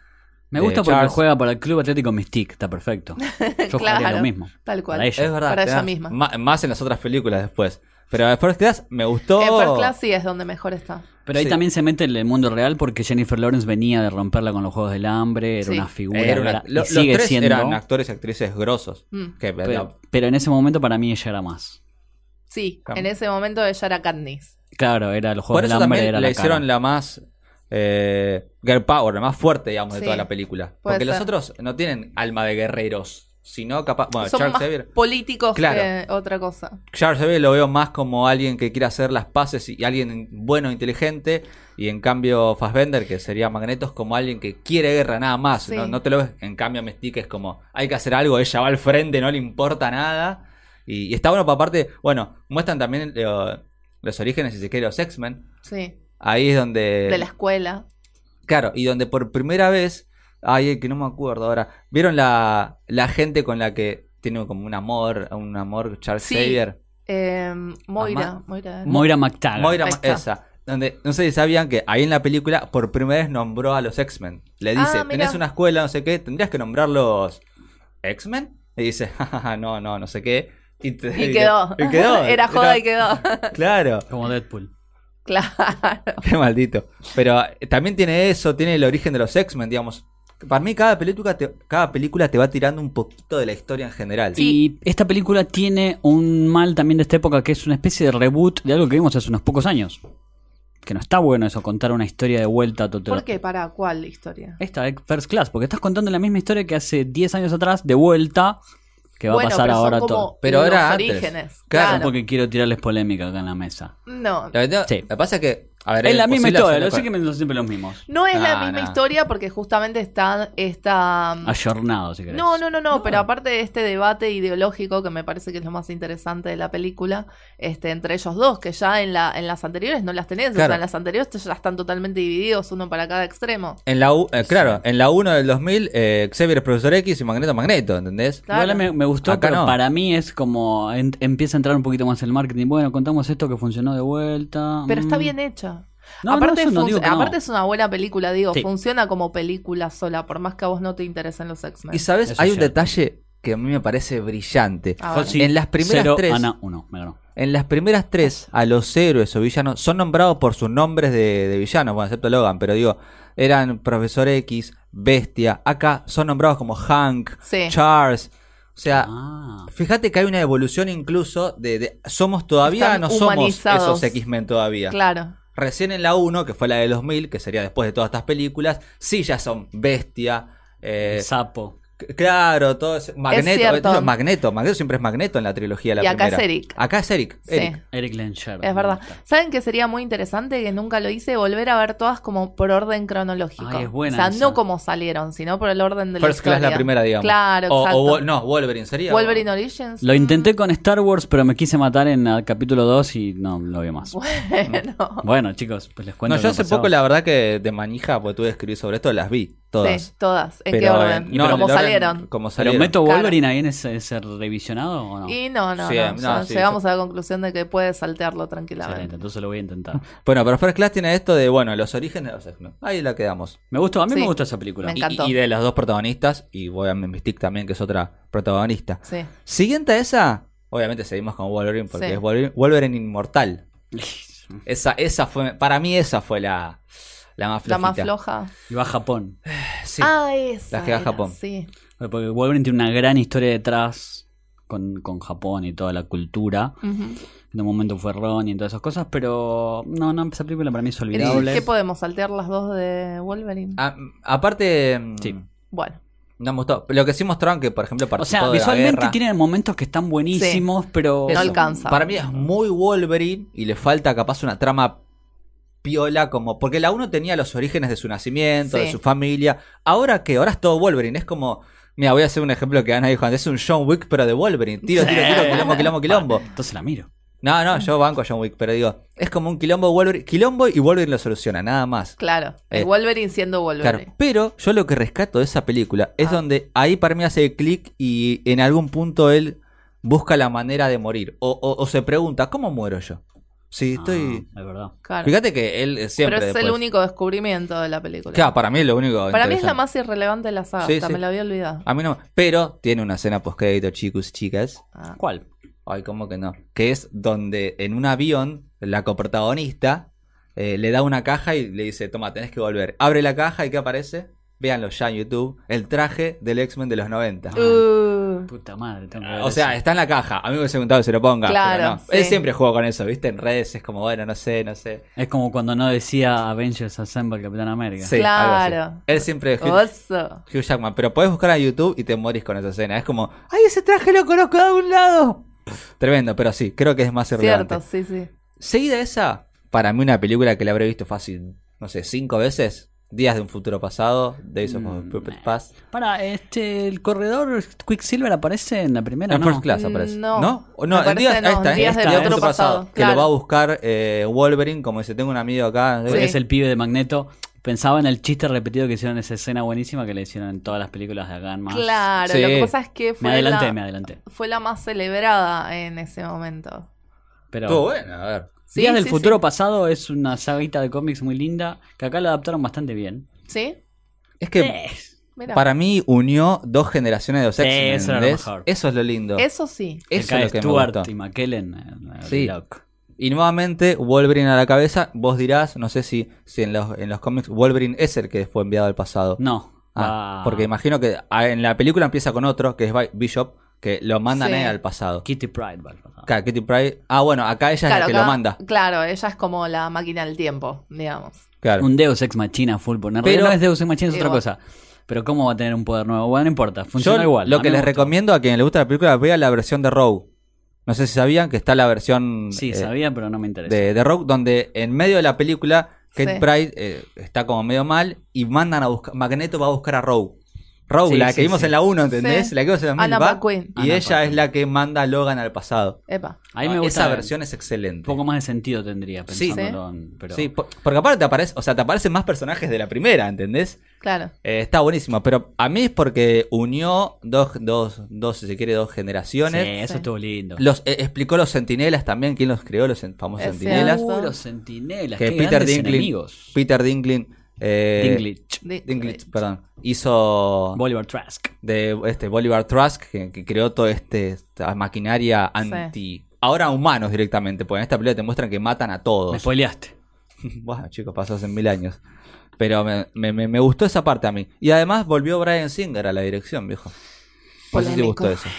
C: Me
A: de
C: gusta porque
A: eh, Charles.
C: juega para el Club Atlético Mystique,
B: [laughs]
C: está perfecto. Yo jugaría
B: Claro.
C: lo mismo.
B: Tal cual.
C: Para ella.
A: Es verdad.
B: Para
A: te
B: ella
A: das-
B: misma.
A: ma- más en las otras películas después. Pero en First Class me gustó.
B: En First Class sí es donde mejor está.
C: Pero ahí
A: Sí.
C: también se mete en el mundo real porque Jennifer Lawrence venía de romperla con los Juegos del Hambre, era
B: Sí.
C: una figura,
A: Era una-
C: era- y
A: lo- los
C: sigue
A: tres
C: siendo.
A: eran actores y actrices grosos.
B: Mm.
A: Que,
C: pero, pero en ese momento para mí ella era más.
B: Sí,
A: Cam-
B: en ese momento ella era Katniss.
C: Claro, era los
A: por
C: Juegos del
A: eso
C: Hambre, era
A: también
C: la
A: le hicieron
C: cara.
A: la más eh, girl power, la más fuerte, digamos, de
B: Sí.
A: toda la película.
B: Puede
A: Porque los
B: ser.
A: otros no tienen alma de guerreros, sino capaz. Bueno, Ah,
B: Son
A: Charles
B: más
A: Xavier.
B: políticos
A: Claro.
B: que otra cosa.
A: Charles Xavier lo veo más como alguien que quiere hacer las paces y y alguien bueno, inteligente. Y en cambio, Fassbender, que sería Magneto, es como alguien que quiere guerra nada más.
B: Sí.
A: No, no te lo ves. En cambio, Mystique es como hay que hacer algo, ella va al frente, no le importa nada. Y, y está bueno, para aparte, bueno, muestran también eh, los orígenes, si se quiere, de los X-Men.
B: Sí,
A: Ahí es donde.
B: de la escuela.
A: Claro, y donde por primera vez. Ay, eh, que no me acuerdo ahora. ¿Vieron la, la gente con la que tiene como un amor, un amor Charles
B: Sí.
A: Xavier?
B: Eh, Moira.
A: Amá-
B: Moira. era.
C: Moira McTaggart.
A: Moira,
B: Ahí
A: Ma-
B: está.
A: esa. Donde, no sé si sabían que ahí en la película por primera vez nombró a los X-Men. Le
B: Ah,
A: dice,
B: mirá.
A: tenés una escuela, no sé qué, tendrías que nombrarlos X-Men. Y dice, jajaja, no, no, no sé qué. Y, te-
B: Y quedó.
A: y quedó.
B: [laughs] Era joda y
A: Era-
B: quedó.
A: Claro,
C: Como Deadpool.
B: claro.
A: qué maldito. Pero eh, también tiene eso, tiene el origen de los X-Men, digamos. Para mí cada película, te, cada película te va tirando un poquito de la historia en general.
B: Sí.
C: Y esta película tiene un mal también de esta época que es una especie de reboot de algo que vimos hace unos pocos años. Que no está bueno eso, contar una historia de vuelta total.
B: ¿Por qué? ¿Para cuál historia?
C: Esta es First Class, porque estás contando la misma historia que hace 10 años atrás, de vuelta, que va
B: bueno,
C: a pasar
B: pero son
C: ahora
B: como
C: todo.
A: Pero
B: los
A: era antes.
B: orígenes.
A: Claro,
B: Claro.
C: Porque quiero tirarles polémica acá en la mesa.
B: No.
A: La verdad,
C: Sí.
A: lo que pasa es que... a ver,
C: es la misma
A: imposible
C: historia,
A: hacerlo
C: los
A: con-
C: X-Men son siempre los mismos.
B: No es la
A: Ah,
B: misma
A: no.
B: historia porque justamente está esta.
C: Ayornados, si querés.
B: Mm. No, no, no, no, pero aparte de este debate ideológico que me parece que es lo más interesante de la película, este, entre ellos dos, que ya en, la, en las anteriores no las tenés, o
A: Claro.
B: sea, en las anteriores ya están totalmente divididos, uno para cada extremo.
A: En la U- eh, claro, en la 1 del 2000, eh, Xavier es Profesor X y Magneto es Magneto, ¿entendés?
B: Claro.
C: Igual me, me gustó,
A: Acá
C: pero
A: no.
C: para mí es como en- empieza a entrar un poquito más el marketing. Bueno, contamos esto que funcionó de vuelta.
B: Pero está
C: mm.
B: bien hecha.
C: No, no,
B: aparte,
C: eso no
B: func-
C: digo que no.
B: aparte es una buena película, digo,
C: Sí.
B: funciona como película sola, por más que a vos no te interesen los X-Men.
A: Y sabes,
C: Eso
A: hay
C: es
A: un
C: cierto.
A: detalle que a mí me parece brillante.
B: Ah,
C: Fue
B: bueno.
C: sí,
A: En las primeras
C: cero,
A: tres-
C: Ana, uno, me ganó.
A: En las primeras tres, a los héroes o villanos son nombrados por sus nombres de, de villanos, bueno, excepto Logan, pero digo, eran Profesor X, Bestia. Acá son nombrados como Hank,
B: Sí.
A: Charles. O sea,
C: Ah.
A: fíjate que hay una evolución incluso de. de- somos todavía,
B: Están
A: no somos
B: humanizados.
A: esos X-Men todavía.
B: Claro.
A: Recién en la 1, que fue la de 2000, que sería después de todas estas películas, sí ya son Bestia. eh,
C: Sapo.
A: C- Claro, todo es Magneto,
B: cierto.
A: eh, Magneto, Magneto siempre es Magneto en la trilogía la
B: Y acá
A: primera.
B: es Eric.
A: Acá es Eric.
B: Sí.
A: Eric.
C: Eric Lencher.
B: Es verdad. ¿Saben que sería muy interesante, que nunca lo hice, volver a ver todas como por orden cronológico?
C: Ay, es buena
B: o sea,
C: esa.
B: no como salieron, sino por el orden de la
A: First Class la
B: historia.
A: primera, digamos.
B: Claro,
A: o,
B: exacto.
A: o Wol- no, Wolverine sería.
B: Wolverine Origins.
C: Lo intenté con Star Wars, pero me quise matar en el capítulo 2 y no lo vi
B: [laughs]
C: más.
B: Bueno.
C: Bueno, chicos, pues les cuento.
A: No, yo
C: lo
A: hace
C: pasado.
A: poco la verdad que de manija, porque tuve que escribir sobre esto, las vi todas.
B: Sí, todas. ¿En qué
A: Pero,
B: orden?
A: eh,
B: ¿Y
A: no,
B: cómo
A: el orden-
B: salieron?
A: Como
C: ¿Pero
A: salieron.
C: meto
B: Claro.
C: Wolverine ahí en ese, ese revisionado o no?
B: Y no, no,
A: Sí,
B: no,
A: no,
B: ya
A: sí,
B: llegamos
A: sí.
B: a la conclusión de que puedes saltearlo
C: Excelente,
B: tranquilamente.
C: entonces lo voy a intentar.
A: Bueno, pero First Class tiene esto de, bueno, los orígenes de los X-Men. Ahí la quedamos.
C: Me gustó, a mí
B: Sí.
C: me gustó esa película.
B: Me
A: Y-
B: encantó.
A: Y, de los dos protagonistas, y voy a Mystique también, que es otra protagonista.
B: Sí.
A: Siguiente a esa, obviamente seguimos con Wolverine, porque
B: Sí.
A: es Wolverine, Wolverine Inmortal.
C: Y-
A: Esa, esa fue, para mí esa fue la, la más flojita.
B: La más floja.
C: Y va a Japón.
A: Sí.
B: Ah, esa.
A: La que va a
B: era,
A: Japón.
B: Sí.
C: Porque Wolverine tiene una gran historia detrás con, con Japón y toda la cultura.
B: Ujú.
C: En un momento fue Ron y todas esas cosas, pero no, no, esa película para mí es
B: Entonces,
C: olvidable.
B: ¿qué podemos saltear las dos de Wolverine?
A: A- aparte, mm,
C: Sí.
B: Bueno,
A: no me gustó. Lo que sí mostraron que, por ejemplo,
C: O
A: participó
C: sea,
A: de la
C: visualmente
A: guerra.
C: tienen momentos que están buenísimos, pero...
A: Eso,
B: No alcanza.
A: Para mí es muy Wolverine y le falta capaz una trama piola como... Porque la uno tenía los orígenes de su nacimiento,
B: Sí.
A: de su familia. ¿Ahora qué? Ahora es todo Wolverine. Es como... Mira, voy a hacer un ejemplo que Ana dijo antes. Es un John Wick, pero de Wolverine. Tiro, tiro, tiro, quilombo, quilombo, quilombo.
C: Entonces la miro.
A: No, no, yo banco a John Wick, pero digo, es como un quilombo Wolverine. Quilombo y Wolverine lo soluciona, nada más.
B: claro. el
A: Eh,
B: Wolverine siendo
A: Claro,
B: Wolverine.
A: pero yo lo que rescato de esa película es
B: Ah.
A: donde ahí para mí hace clic y en algún punto él busca la manera de morir o, o- o se pregunta, ¿cómo muero yo? Si estoy...
C: Ah, es verdad.
B: Claro.
A: Fíjate que él eh, siempre...
B: Pero es el
A: después-
B: único descubrimiento de la película.
A: Claro, para mí es lo único...
B: Para mí es la
A: interesante.
B: más irrelevante de la saga,
A: Sí,
B: hasta
A: sí.
B: me la había olvidado.
A: A mí no... Pero tiene una escena postcrédito, chicos y chicas.
B: Ah,
C: ¿Cuál?
A: Ay, ¿cómo que no? Que es donde en un avión la coprotagonista eh, le da una caja y le dice, toma, tenés que volver. Abre la caja y ¿qué aparece? Véanlo ya en YouTube, el traje del X-Men de los 90.
C: Ah,
B: Uh,
C: Puta madre, tengo que ver
A: Ah, O sea,
C: eso.
A: está en la caja. A mí me hubiese gustado que se lo ponga.
B: Claro,
A: pero no.
B: sí.
A: Él siempre juega con eso, ¿viste? En redes es como, bueno, no sé, no sé.
C: es como cuando no decía Avengers Assemble Capitán América.
A: Sí, algo así.
B: Claro.
A: Él siempre es Hugh,
B: oso.
A: Hugh Jackman. Pero podés buscar a YouTube y te morís con esa escena. Es como, ¡ay, ese traje lo conozco de algún lado! Tremendo, pero sí, creo que es más irrelevante.
B: Cierto, sí, sí.
A: Seguida esa, para mí una película que la habré visto fácil, no sé, cinco veces. Días de un futuro pasado, Days of
C: Mm,
A: Puppet
C: eh.
A: Past.
C: Para, este, el corredor Quicksilver aparece en la primera,
A: en
C: ¿no?
A: First Class aparece.
B: No.
A: ¿No? O no,
B: Me
A: en días,
B: parece no,
A: esta, ¿eh?
B: Días
C: del
A: Días
C: Futuro
B: Pasado,
A: Que lo
B: claro.
A: va a buscar eh, Wolverine, como dice, tengo un amigo acá. ¿eh?
B: Sí.
C: Porque es el pibe de Magneto. Pensaba en el chiste repetido que hicieron en esa escena buenísima que le hicieron en todas las películas de acá en más.
B: Claro,
A: Sí.
B: lo que pasa es que
C: Me
B: fue
C: adelanté,
B: la,
C: me adelanté.
B: fue la más celebrada en ese momento.
C: Pero
A: Estuvo bueno, a ver.
B: Sí,
C: Días del
B: sí,
C: futuro pasado es una saguita de cómics muy linda que acá la adaptaron bastante bien.
B: Sí,
A: Es que
C: Eh,
B: mira.
A: para mí unió dos generaciones de los
C: Sí,
A: X-Men,
C: eso era lo
A: ¿entendés?
C: mejor.
A: Eso es lo lindo.
B: Eso sí.
A: eso
C: acá
A: es lo que me
C: Stewart
A: gustó.
C: y McKellen. eh,
A: Sí.
C: loco.
A: Y nuevamente, Wolverine a la cabeza. Vos dirás, no sé si, si en, los, en los cómics, Wolverine es el que fue enviado al pasado.
C: No.
A: Ah,
C: va-
A: Porque imagino que ah, en la película empieza con otro, que es Bi- Bishop, que lo mandan
B: Sí.
A: a él al pasado.
C: Kitty Pride va al pasado.
A: Claro, Kitty Pryde- Ah, bueno, acá ella es la que
B: acá-
A: lo manda.
B: Claro, ella es como la máquina del tiempo, digamos.
A: Claro.
C: Un Deus Ex Machina full poner.
A: Pero-
C: no es Deus Ex Machina, es
B: Sí,
C: otra
B: bueno.
C: cosa. Pero cómo va a tener un poder nuevo. Bueno, no importa. Funciona
A: Yo
C: igual.
A: Lo
C: A
A: que
C: mí me
A: les
C: gustó.
A: recomiendo a quienes les gusta la película, vea la versión de Rogue. No sé si sabían que está la versión
C: Sí,
A: eh,
C: sabía, pero no me interesa.
A: de, de Rogue, donde en medio de la película, Kate
B: Sí.
A: Pride eh, está como medio mal y mandan a buscar. Magneto va a buscar a Rogue. Rogue,
C: Sí,
A: la
C: sí,
A: que vimos
C: sí.
A: en la 1, ¿entendés?
B: Sí.
A: La que vimos en la 2000,
B: Anna
A: va,
B: McQueen.
A: Y ella
C: Anna
A: es
C: McQueen.
A: la que manda a Logan al pasado.
B: Epa.
C: Ahí me
A: Ah,
C: gusta.
A: Esa versión es
C: Un
A: excelente.
C: poco más de sentido tendría
A: Sí.
C: pensándolo. en- Pero...
A: Sí, po- porque aparte te aparece, o sea, te aparecen más personajes de la primera, ¿entendés?
B: Claro.
A: Eh, está buenísimo, pero a mí es porque unió dos, dos, dos, si se quiere, dos
C: Sí,
A: generaciones.
C: eso
B: Sí.
C: estuvo lindo.
A: Los eh, explicó los sentinelas también, quién los creó, los sen- famosos
B: Es
A: sentinelas.
B: cierto.
C: Uh, los sentinelas.
A: Que
C: qué
A: Peter
C: grandes
A: Dinklin,
C: enemigos.
A: Peter Dinklin, eh,
C: Dinklage.
B: Di-
A: Dinklage, perdón, hizo
C: Bolívar Trask.
A: de este Bolívar Trask, que, que creó toda este, esta maquinaria anti. Ahora humanos directamente, porque en esta película te muestran que matan a
C: Me
A: todos.
C: spoileaste.
A: bueno, chicos, pasó hace mil años. Pero me, me- me- me gustó esa parte a mí. Y además volvió Brian Singer a la dirección, viejo. Por eso sí
B: Polémico.
A: gustó eso.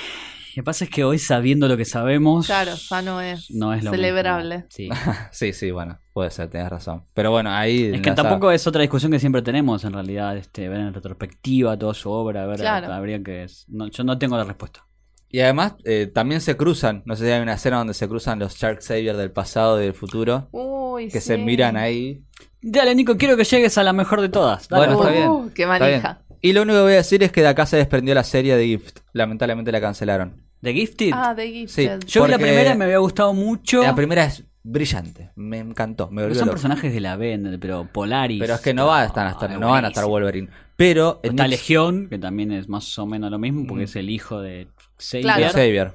C: Lo que pasa es que hoy, sabiendo lo que sabemos,
B: Claro, ya no es.
C: no es lo
B: celebrable.
C: mismo.
A: [laughs]
C: Sí.
A: Sí, sí, bueno, puede ser, tenés razón. Pero bueno, ahí.
C: Es que
A: no sabe-
C: tampoco es otra discusión que siempre tenemos, en realidad, este, ver en retrospectiva toda su obra, ver,
B: Claro.
C: habría que... no, yo no tengo la respuesta.
A: Y además, eh, también se cruzan. No sé si hay una escena donde se cruzan los Shark Saviors del pasado y del futuro.
B: Uy,
A: Que
B: sí.
A: se miran ahí.
C: Dale, Nico, quiero que llegues a la mejor de todas. Dale.
A: Bueno,
B: Uh,
A: está bien.
B: qué
A: Está bien.
B: manija.
A: Y lo único que voy a decir es que de acá se desprendió la serie de Gift. Lamentablemente la cancelaron.
C: The Gifted.
B: Ah, de Gifted.
A: Sí.
C: yo vi la
A: porque-
C: primera y me había gustado mucho.
A: La primera es brillante. Me encantó. Me
C: Pero
A: volvió
C: son
A: loco.
C: personajes de la B, pero Polaris.
A: Pero es que no, va a estar, hasta-
C: Ah,
A: no van a estar
C: buenísimo.
A: Wolverine. Pero en
C: Está
A: Nick-
C: Legión, que también es más o menos lo mismo, porque
A: Mm.
C: es el hijo de Xavier.
B: Claro.
A: Nick Xavier.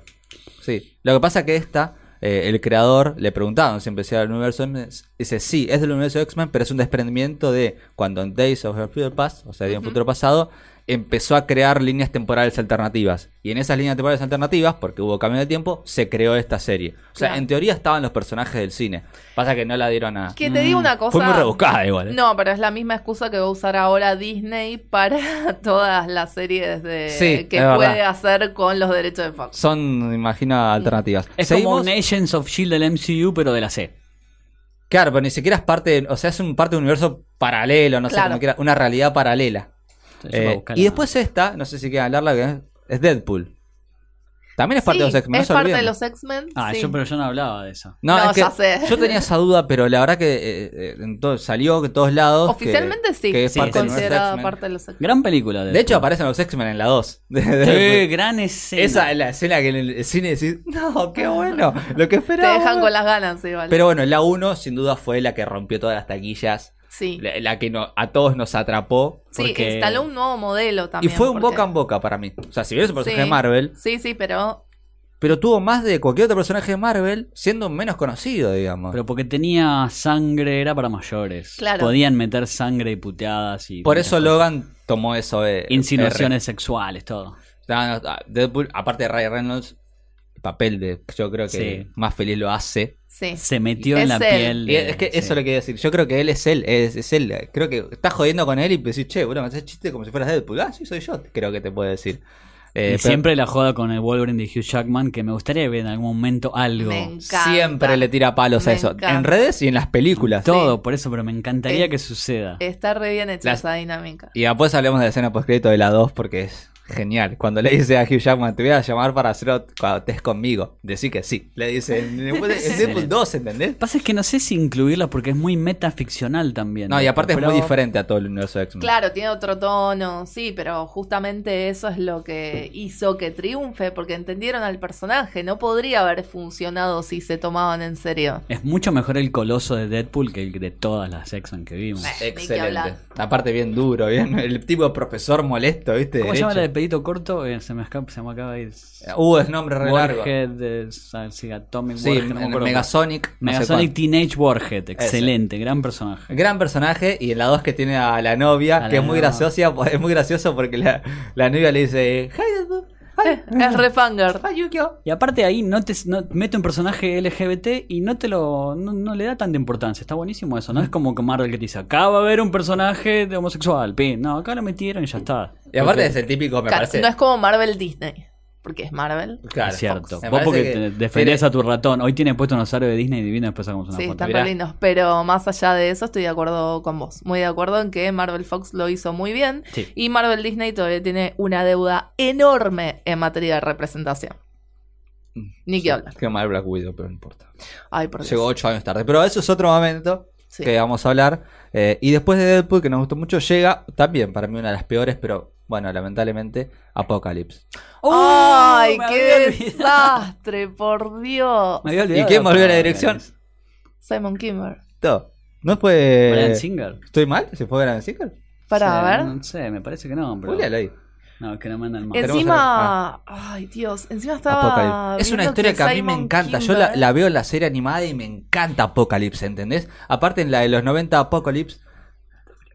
A: Sí. Lo que pasa que esta, eh, el creador, le preguntaban si empezaba el universo X-Men. Dice, sí, es del universo X-Men, pero es un desprendimiento de cuando en Days of the Future Past, o sea, de un futuro pasado, empezó a crear líneas temporales alternativas. Y en esas líneas temporales alternativas, porque hubo cambio de tiempo, se creó esta serie. O sea,
B: Claro.
A: en teoría estaban los personajes del cine. Pasa que no la dieron a...
B: Que te digo una cosa.
A: Mm, Fue muy rebuscada igual. ¿eh?
B: No, pero es la misma excusa que va a usar ahora Disney para [laughs] todas las series de
A: Sí,
B: que
A: es verdad.
B: puede hacer con los derechos de Fox.
A: Son, imagino, alternativas.
C: Es
A: Seguimos-
C: como Nations of Shield E del MCU, pero de la
A: Eh,
C: C.
A: Claro, pero ni siquiera es parte, o sea, es un parte de un universo paralelo, no sé
B: Claro.
A: cómo quiera, una realidad paralela.
C: Entonces yo voy a
A: Eh,
C: buscar
A: y
C: la-
A: después esta, no sé si queda hablarla, que es- es Deadpool. También es parte
B: Sí,
A: de los X-Men.
B: Es
A: no se
B: parte de
A: olviden.
B: los X-Men.
C: Ah,
B: sí.
C: yo, pero yo no hablaba de eso.
A: No,
B: No,
A: es que
B: ya sé.
A: yo tenía esa duda, pero la verdad que eh, eh, en todo- salió de todos lados. que-
B: Oficialmente sí,
A: que es
C: Sí,
A: parte del universo
B: considerada
A: X-Men.
B: parte de los X-Men.
C: Gran película.
A: De hecho, aparecen los X-Men en la 2. [laughs] De- de
C: Sí,
A: Deadpool.
C: gran escena.
A: Esa es la escena que en el cine decís, no, qué bueno, lo que
B: Te
A: esperaba.
B: dejan con las ganas, sí, vale.
A: Pero bueno, la 1 sin duda fue la que rompió todas las taquillas.
B: sí.
A: la, la que no- a todos nos atrapó.
B: Sí,
C: porque-
B: instaló un nuevo modelo también.
A: y fue un
B: porque-
A: boca en boca para mí. O sea, si bien es un personaje
B: Sí.
A: de Marvel,
B: Sí, sí, pero
A: pero tuvo más de cualquier otro personaje de Marvel, siendo menos conocido, digamos.
C: Pero porque tenía sangre, era para mayores.
B: Claro.
C: Podían meter sangre y puteadas y.
A: Por
C: muchas
A: eso
C: cosas.
A: Logan tomó eso de.
C: Insinuaciones sexuales, todo.
A: R. No, no, Deadpool, aparte de Ryan Reynolds, el papel de. Yo creo que
C: Sí.
A: más feliz lo hace.
B: sí.
C: Se metió
B: Es
C: en la
B: él.
C: piel.
A: Y
C: de-
A: es que
C: sí.
A: eso es lo que quería decir. Yo creo que él es él. Es, es él. Creo que estás jodiendo con él y decís, che, bueno, me haces chiste como si fueras Deadpool. Ah, sí, soy yo. Creo que te puede decir. Eh,
C: Y
A: pero-
C: siempre la joda con el Wolverine de Hugh Jackman, que me gustaría ver en algún momento algo.
B: Me encanta.
A: Siempre le tira palos a
B: Me
A: eso.
B: encanta.
A: En redes y en las películas.
C: Todo, por eso, pero me encantaría
B: Eh,
C: que suceda.
B: Está re bien hecha
A: Las-
B: esa dinámica.
A: Y después hablemos de la escena postcrédito de la 2 porque es genial. Cuando le dice a Hugh Jackman, te voy a llamar para hacer ot- cuando estés conmigo. Decí que sí. Le dice, en en Deadpool 2, ¿entendés?
C: Pasa es que no sé si incluirla porque es muy metaficcional también.
A: No, y aparte es
C: Pero-
A: muy diferente a todo el universo de X-Men.
B: Claro, tiene otro tono, sí, pero justamente eso es lo que hizo que triunfe, porque entendieron al personaje, no podría haber funcionado si se tomaban en serio.
C: Es mucho mejor el coloso de Deadpool que el de todas las X-Men que vimos.
B: Eh, ni que
A: Excelente.
B: hablar.
A: Aparte bien duro, bien el tipo de profesor molesto, ¿viste?
C: ¿Cómo se llama la de
A: Derecho.
C: pedito corto? Eh, se, me escapa, se me acaba de ir.
A: Uh, es nombre re largo.
C: Warhead, eh, Sa- sí, Atomic
A: Sí,
C: Warhead, no me
A: en-
C: acuerdo.
A: Megasonic. no sé
C: Megasonic
A: cuánto.
C: Teenage Warhead, excelente, gran personaje.
A: Gran personaje y en la 2 que tiene a la novia,
C: A
A: que es
C: la
A: muy
C: novia.
A: graciosa, [laughs] es muy gracioso porque la, la novia le dice, "Hi, Deadpool.
B: Eh, [laughs] es refanger.
A: Hi, Yukio."
C: Y aparte ahí no te no- mete un personaje LGBT y no te lo no, no le da tanta importancia, está buenísimo eso, no es como que Marvel que te dice, acá va a haber un personaje de homosexual, pin. no, acá lo metieron y ya está.
A: Y aparte
C: Porque-
A: es el típico, me
B: Claro,
A: parece.
B: No es como Marvel Disney, porque es Marvel.
A: Claro,
C: es cierto.
A: Fox. Me
C: Vos
A: parece
C: porque
A: que
C: te defendés
A: tiene-
C: a tu ratón, hoy tiene puesto un osario de Disney y divino después sacamos una
B: Sí,
C: foto.
B: están
A: pues, Mirá.
B: re lindos. Pero más allá de eso, estoy de acuerdo con vos. Muy de acuerdo en que Marvel Fox lo hizo muy bien.
C: Sí.
B: Y Marvel Disney todavía tiene una deuda enorme en materia de representación.
A: Mm.
B: Ni que hablar.
A: Qué mal Black Widow, pero no importa.
B: Ay, por Dios.
A: Llegó ocho años tarde. Pero eso es otro momento
B: Sí.
A: que vamos a hablar. Eh, y después de Deadpool, que nos gustó mucho, llega también para mí una de las peores, pero bueno, lamentablemente, Apocalypse.
B: ¡Ay,
C: Uh, me
B: qué
C: había olvidado.
B: desastre! Por Dios.
C: Me había olvidado
A: ¿Y quién
C: de
A: volvió a la
C: Apocalypse.
A: dirección?
B: Simon Kimmer.
A: Todo. No fue.
C: Bryan Singer.
A: ¿Estoy mal? ¿Se fue Gran Singer?
B: Para
C: Sí,
B: ver.
C: No sé, me parece que no, pero.
A: Juliala ahí.
C: No, que no mandan más.
A: Es-
B: Encima. Ay, Dios. Encima estaba.
A: Apocalypse. Es una
B: viendo
A: historia que a mí me
B: Simon
A: encanta. Yo la,
B: Kimber-
A: la veo en la serie animada y me encanta Apocalypse, ¿entendés? Aparte en la de los 90 Apocalypse,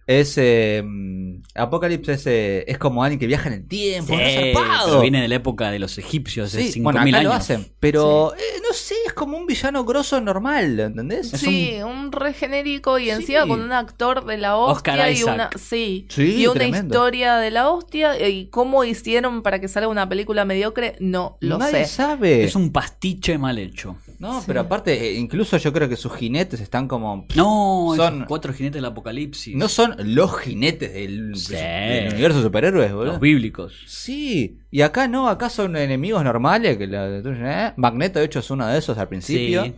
A: es. eh, mm, Apocalypse es, eh, es como alguien que viaja en el tiempo. ¿no?
C: Sí,
A: Zarpado.
C: pero viene de la época de los egipcios, de
A: Sí,
C: 5000
A: bueno, acá
C: años.
A: lo hacen, pero eh, no sé, es como un villano grosso normal, ¿entendés?
B: Sí, un... re genérico y
A: Sí.
B: encima con un actor de la
C: Oscar
B: hostia y
C: Isaac.
B: una sí,
A: Sí,
B: y una
A: tremendo.
B: historia de la hostia eh, y cómo hicieron para que salga una película mediocre, no lo
A: Nadie
B: sé.
A: sabe.
C: Es un pastiche mal hecho.
A: No,
B: Sí.
A: pero aparte, eh, incluso yo creo que sus jinetes están como.
C: No,
A: Son-
C: esos cuatro jinetes del apocalipsis.
A: No son los jinetes del,
C: Sí.
A: del universo de superhéroes, boludo.
C: los bíblicos.
A: Sí, y acá no, acá son enemigos normales. que la- eh, Magneto, de hecho, es uno de esos al principio.
C: Sí.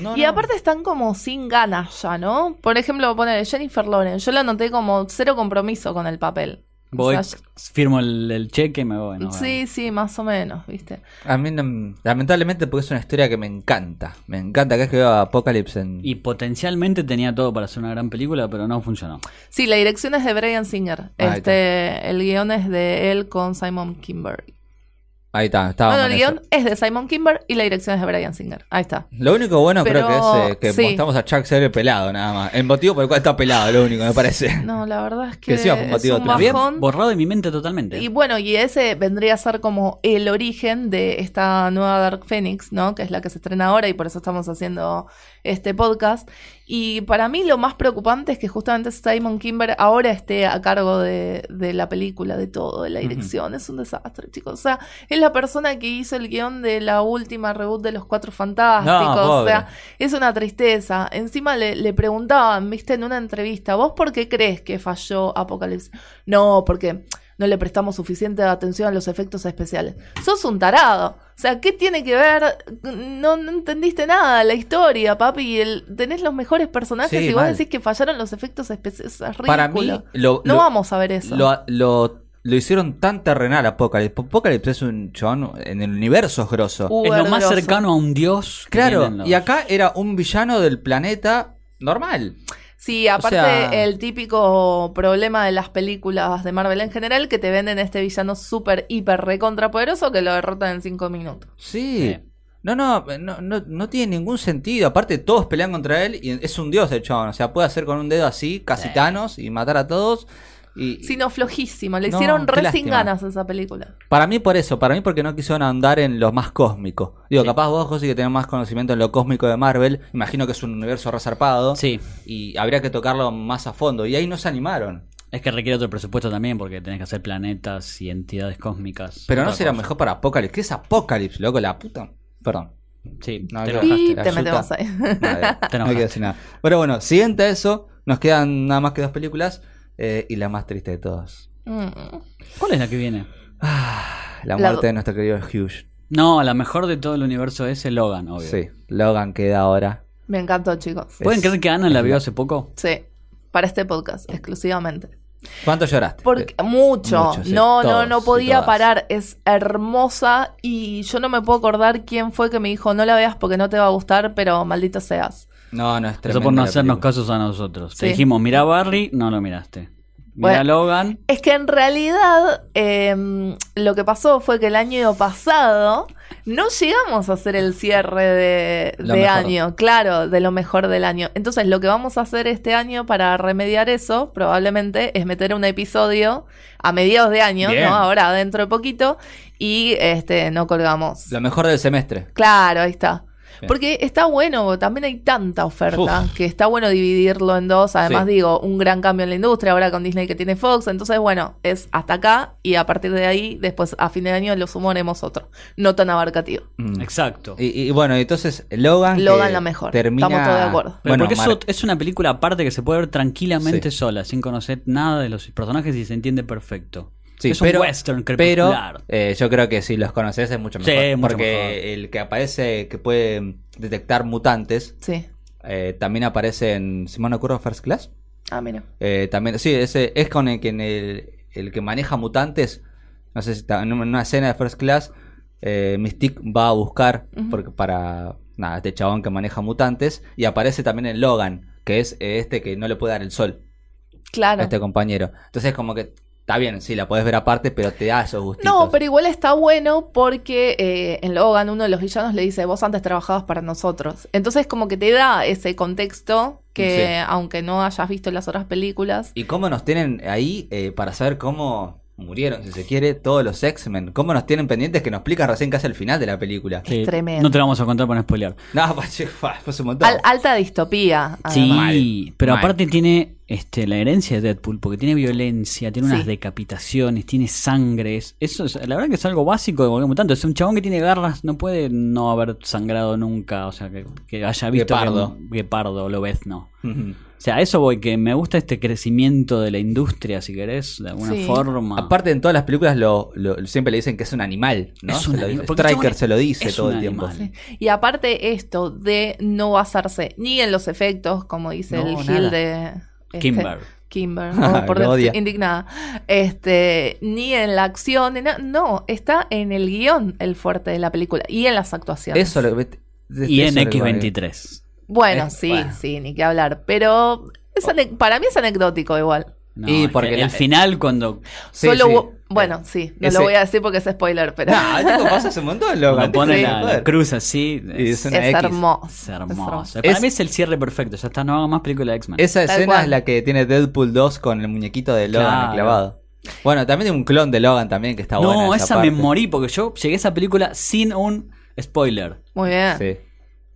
A: No,
B: Y
A: no.
B: aparte están como sin ganas ya, ¿no? Por ejemplo, poner Jennifer Lawrence, yo la noté como cero compromiso con el papel. O
C: Voy,
B: sea, yo-
C: firmo el, el cheque y me voy. ¿no?
B: sí, sí, más o menos, ¿viste?
A: A mí, no- lamentablemente, porque es una historia que me encanta. Me encanta que es que veo Apocalypse en.
C: Y potencialmente tenía todo para hacer una gran película, pero no funcionó.
B: Sí, la dirección es de Brian Singer.
A: Ahí está.
B: este, el guión es de él con Simon Kimber.
A: Ahí está, estaba
B: Bueno, el guión es de Simon Kimber y la dirección es de Brian Singer. Ahí está.
A: Lo único bueno
B: Pero,
A: creo que es eh, que
B: sí.
A: mostramos a Chuck ser pelado, nada más. El motivo por el cual está pelado, lo único, me parece.
B: No, la verdad es que,
A: Que sea un
B: es
A: motivo
B: un
A: tremendo.
C: Había
B: bajón.
C: borrado de mi mente totalmente.
B: Y bueno, y ese vendría a ser como el origen de esta nueva Dark Phoenix, ¿no? Que es la que se estrena ahora y por eso estamos haciendo este podcast. Y para mí lo más preocupante es que justamente Simon Kimber ahora esté a cargo de, de la película, de todo, de la dirección. Es un desastre, chicos. O sea, es la persona que hizo el guión de la última reboot de Los Cuatro Fantásticos.
A: No,
B: o
A: pobre.
B: sea, es una tristeza. Encima le, le preguntaban, viste, en una entrevista, ¿vos por qué crees que falló Apocalipsis? No, porque no le prestamos suficiente atención a los efectos especiales. Sos un tarado. O sea, ¿qué tiene que ver? No, no entendiste nada de la historia, papi. El, tenés los mejores personajes
A: Sí,
B: y vos
A: mal.
B: decís que fallaron los efectos especiales. Es ridículo.
A: Para mí, lo,
B: no
A: lo-
B: vamos a ver eso.
A: lo, lo- lo hicieron tan terrenal Apocalypse. Apocalypse es un chon en el universo es grosso.
B: Uber
C: es lo más
B: grosso.
C: cercano a un dios. que
A: claro,
C: tienen los-
A: y acá era un villano del planeta normal.
B: Sí, aparte
A: sea-
B: el típico problema de las películas de Marvel en general, que te venden este villano súper, hiper, recontrapoderoso que lo derrotan en cinco minutos.
A: Sí.
C: Sí.
A: No, no, no, no, no tiene ningún sentido. Aparte, todos pelean contra él y es un dios el chabón. O sea, puede hacer con un dedo así, casi Thanos, y matar a todos. Y,
B: Sino flojísimo, le
A: No,
B: hicieron
A: qué
B: re sin
A: lástima.
B: ganas esa película.
A: Para mí por eso, para mí porque no quisieron andar en lo más cósmico. Digo,
C: Sí.
A: capaz vos, José, que tenés más conocimiento en lo cósmico de Marvel, imagino que es un universo resarpado
C: Sí,
A: y habría que tocarlo más a fondo. Y ahí no se animaron.
C: es que requiere otro presupuesto también porque tenés que hacer planetas y entidades cósmicas.
A: Pero no
C: Otra
A: será
C: cosa.
A: mejor para Apocalypse. ¿Qué es Apocalypse, loco? La puta... Perdón.
C: Sí,
A: No,
C: te
A: yo-
C: enojaste.
B: Y
A: la
B: te
A: yuta.
B: metemos
A: [laughs]
B: ahí.
A: Madre,
C: Te
A: no
C: enojaste.
A: quiero decir nada. Pero bueno, siguiente a eso, nos quedan nada más que dos películas eh, y la más triste de todas.
B: [laughs]
A: Ah,
B: Mm.
C: ¿Cuál es la que viene?
A: La
B: La
A: muerte
B: do-
A: de nuestro querido Hughes.
C: No, la mejor de todo el universo es el Logan, obvio.
A: Sí, Logan queda ahora.
B: Me encantó, chicos.
C: ¿Pueden
A: Es-
C: creer que Ana la vio hace poco?
B: Sí, para este podcast, exclusivamente.
A: ¿Cuánto lloraste?
B: Porque
C: Eh,
B: mucho,
A: Eh, mucho, sí,
B: no, no,
A: todos
B: no
A: y
B: podía
A: todas.
B: parar, es hermosa y yo no me puedo acordar quién fue que me dijo, no la veas porque no te va a gustar, pero maldito seas.
A: No, no es
C: Eso
A: tremenda
C: por no
A: la
C: hacernos
A: película.
C: casos a nosotros.
B: Sí.
C: Te dijimos, mira Barry, no lo miraste. Mira
B: Bueno.
C: Logan.
B: Es que en realidad em, lo que pasó fue que el año pasado no llegamos a hacer el cierre de,
A: Lo
B: de
A: mejor.
B: año, claro, de lo mejor del año. Entonces lo que vamos a hacer este año para remediar eso probablemente es meter un episodio a mediados de año,
A: Bien.
B: ¿no? Ahora dentro de poquito y este no colgamos.
A: Lo mejor del semestre.
B: Claro, ahí está.
A: Bien.
B: Porque está bueno, también hay tanta oferta
A: Uf.
B: que está bueno dividirlo en dos. Además,
A: Sí.
B: digo, un gran cambio en la industria ahora con Disney que tiene Fox. Entonces, bueno, es hasta acá y a partir de ahí, después a fin de año, lo sumaremos otro. No tan abarcativo.
A: Mm.
C: Exacto.
A: Y, y bueno, entonces Logan.
B: Logan
A: que
B: la mejor.
A: Termina...
B: Estamos todos de acuerdo.
C: Pero
A: Bueno,
C: porque
A: Mar-
C: eso es una película aparte que se puede ver tranquilamente
A: Sí.
C: sola, sin conocer nada de los personajes y se entiende perfecto.
A: sí,
C: es
A: pero,
C: un western
A: Pero
C: crepuscular.
A: eh, yo creo que si los conoces es mucho
C: Sí,
A: mejor.
C: mucho
A: porque
C: mejor.
A: el que aparece, que puede detectar mutantes,
B: Sí.
A: eh, también aparece en. Si mal no ocurre, First Class.
B: Ah, mira.
A: Eh, también, sí, ese es con el que, en el, el que maneja mutantes. No sé si está en una escena de First Class. eh, Mystique va a buscar
B: Ujú.
A: porque para nada, este chabón que maneja mutantes. Y aparece también en Logan, que es eh, este que no le puede dar el sol
B: Claro.
A: a este compañero. Entonces, como que Está bien, sí, la podés ver aparte, pero te da esos gustitos.
B: No, pero igual está bueno porque eh, en Logan uno de los villanos le dice, vos antes trabajabas para nosotros. Entonces como que te da ese contexto que
A: Sí.
B: aunque no hayas visto las otras películas,
A: ¿Y cómo nos tienen ahí eh, para saber cómo murieron, si se quiere, todos los X-Men? ¿Cómo nos tienen pendientes que nos explican recién casi el final de la película?
C: Sí,
B: tremendo.
C: No te lo vamos a contar para no spoilear.
A: No, [laughs] pache, fa, fue un montón.
B: al- alta distopía.
C: Sí,
B: además.
A: Mal,
C: pero
A: mal.
C: aparte tiene este, la herencia de Deadpool, porque tiene violencia, tiene unas
B: Sí.
C: decapitaciones, tiene sangre. es- Eso es- la verdad que es algo básico de cualquier mutante. Es un chabón que tiene garras, no puede no haber sangrado nunca. O sea, que, que haya visto
A: Guepardo.
C: que- Guepardo o Lobezno.
A: Ujú.
C: O sea, a eso voy, que me gusta este crecimiento de la industria, si querés, de alguna
B: Sí.
C: forma.
A: Aparte, en todas las películas lo, lo- siempre le dicen que es un animal, ¿no?
C: Es un
A: Se lo-
C: animal, porque
A: Striker
C: chabón,
A: se lo dice
C: es
A: todo
C: un
A: el tiempo.
C: animal.
B: Y aparte esto de no basarse ni en los efectos, como dice
C: No,
B: el Gil
C: nada.
B: de... este,
A: [laughs]
C: Kimber.
B: Kimber, oh, por
A: Lo
B: Dios,
A: odia.
B: estoy indignada. Este, ni en la acción, en na- no, está en el guión el fuerte de la película y en las actuaciones.
A: Eso lo que-
C: Y en
A: eso lo que-
C: X23.
B: Bueno,
A: Es-
B: sí,
A: bueno. Oh.
B: sí, ni que hablar, pero es ane- para mí es anecdótico igual.
C: No,
A: Y
C: es que
A: porque
C: el
A: la-
C: final cuando
A: Sí,
B: Solo
A: sí. Eh,
B: hubo- bueno, sí, no
A: Ese-
B: lo voy a decir porque es spoiler, pero
A: No, esto pasa hace un montón, loco.
C: cuando
A: Antes
C: pone
A: de
C: la, la
A: joder.
C: cruz así,
A: Y
C: es-
A: es una
B: es
A: X.
B: hermoso.
C: Es hermoso. Eh,
B: hermoso.
C: Para
A: Es-
C: mí es el cierre perfecto. Ya está, no hago más película de X-Men.
A: Esa
B: Tal
A: escena
B: cual.
A: es la que tiene Deadpool 2 con el muñequito de Logan
C: Claro.
A: clavado. Bueno, también tiene un clon de Logan también que está
C: no,
A: buena.
C: esa, me
A: parte.
C: morí porque yo llegué a esa película sin un spoiler.
B: muy bien.
A: Sí.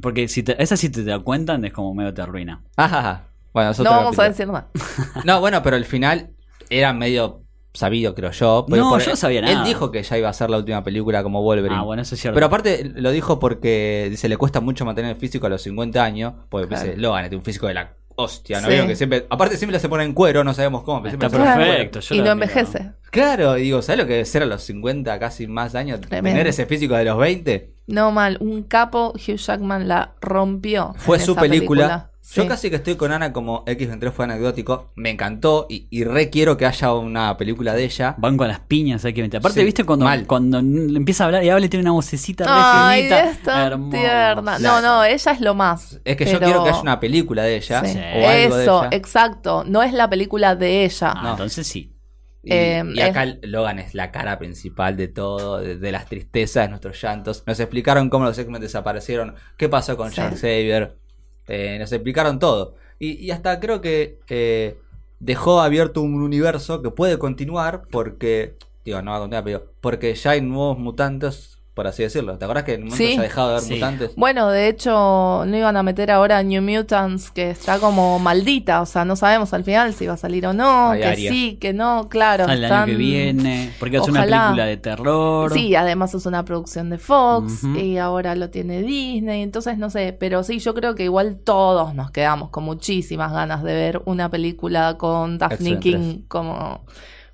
C: Porque si te- esa si te la cuentan es como medio te arruina.
A: Ajá. Ah, Bueno, es
B: No
A: otro
B: vamos a
A: capítulo.
B: decir nada.
A: No, bueno, pero el final era medio sabido, creo yo. pero
C: No,
A: por-
C: yo no sabía
A: Él
C: nada.
A: dijo que ya iba a ser la última película como Wolverine.
C: Ah, bueno, eso es cierto.
A: Pero aparte lo dijo porque se le cuesta mucho mantener el físico a los 50 años. Porque
B: Claro.
A: dice, Logan, tiene un físico de la hostia, ¿no?
B: Sí.
A: Vieron que siempre. Aparte, siempre se pone en cuero, no sabemos cómo. Pero
C: Está
A: siempre se pone en cuero.
C: perfecto. yo
B: y
C: la
B: no
C: admiro.
B: envejece.
A: Claro, y digo, ¿sabes lo que debe ser a los 50, casi más años?
B: Tremendo.
A: Tener ese físico de los 20.
B: No mal, un capo Hugh Jackman la rompió.
A: Fue
B: en
A: su
B: esa
A: película. Yo
B: Sí.
A: casi que estoy con Ana como X23 fue anecdótico. Me encantó y, y re quiero que haya una película de ella.
C: Van con las piñas, hay que meter. Aparte,
A: Sí,
C: ¿viste cuando,
A: mal.
C: cuando n- empieza a hablar y habla y tiene una vocecita re
B: Ay,
C: finita?
B: es tan
C: Hermosa.
B: tierna. No, no, ella es lo más.
A: Es que yo
B: pero-
A: quiero que haya una película de ella.
B: Sí.
A: O algo de
B: Eso,
A: ella.
B: exacto. No es la película de ella.
C: Ah,
A: No.
C: Entonces sí.
A: Y,
B: Eh,
A: y acá Logan es la cara principal de todo, de, de las tristezas, de nuestros llantos. Nos explicaron cómo los X-Men desaparecieron, qué pasó con
B: Sí.
A: Jack Xavier. Eh, nos explicaron todo. Y, y hasta creo que eh, dejó abierto un universo que puede continuar porque, digo, no va a continuar, pero porque ya hay nuevos mutantes, por así decirlo. ¿Te acordás que en un momento
B: Sí.
A: ya ha dejado de haber
C: Sí.
A: mutantes?
B: Bueno, de hecho, no iban a meter ahora New Mutants, que está como maldita. O sea, no sabemos al final si va a salir o no.
A: Ay,
B: que
A: Aria.
B: sí, que no, claro.
C: Al año
B: están-
C: que viene. Porque es una
B: Ojalá.
C: película de terror.
B: Sí, además es una producción de Fox
C: Ujú.
B: y ahora lo tiene Disney, entonces no sé, pero sí, yo creo que igual todos nos quedamos con muchísimas ganas de ver una película con Daphne
A: Excelente.
B: King como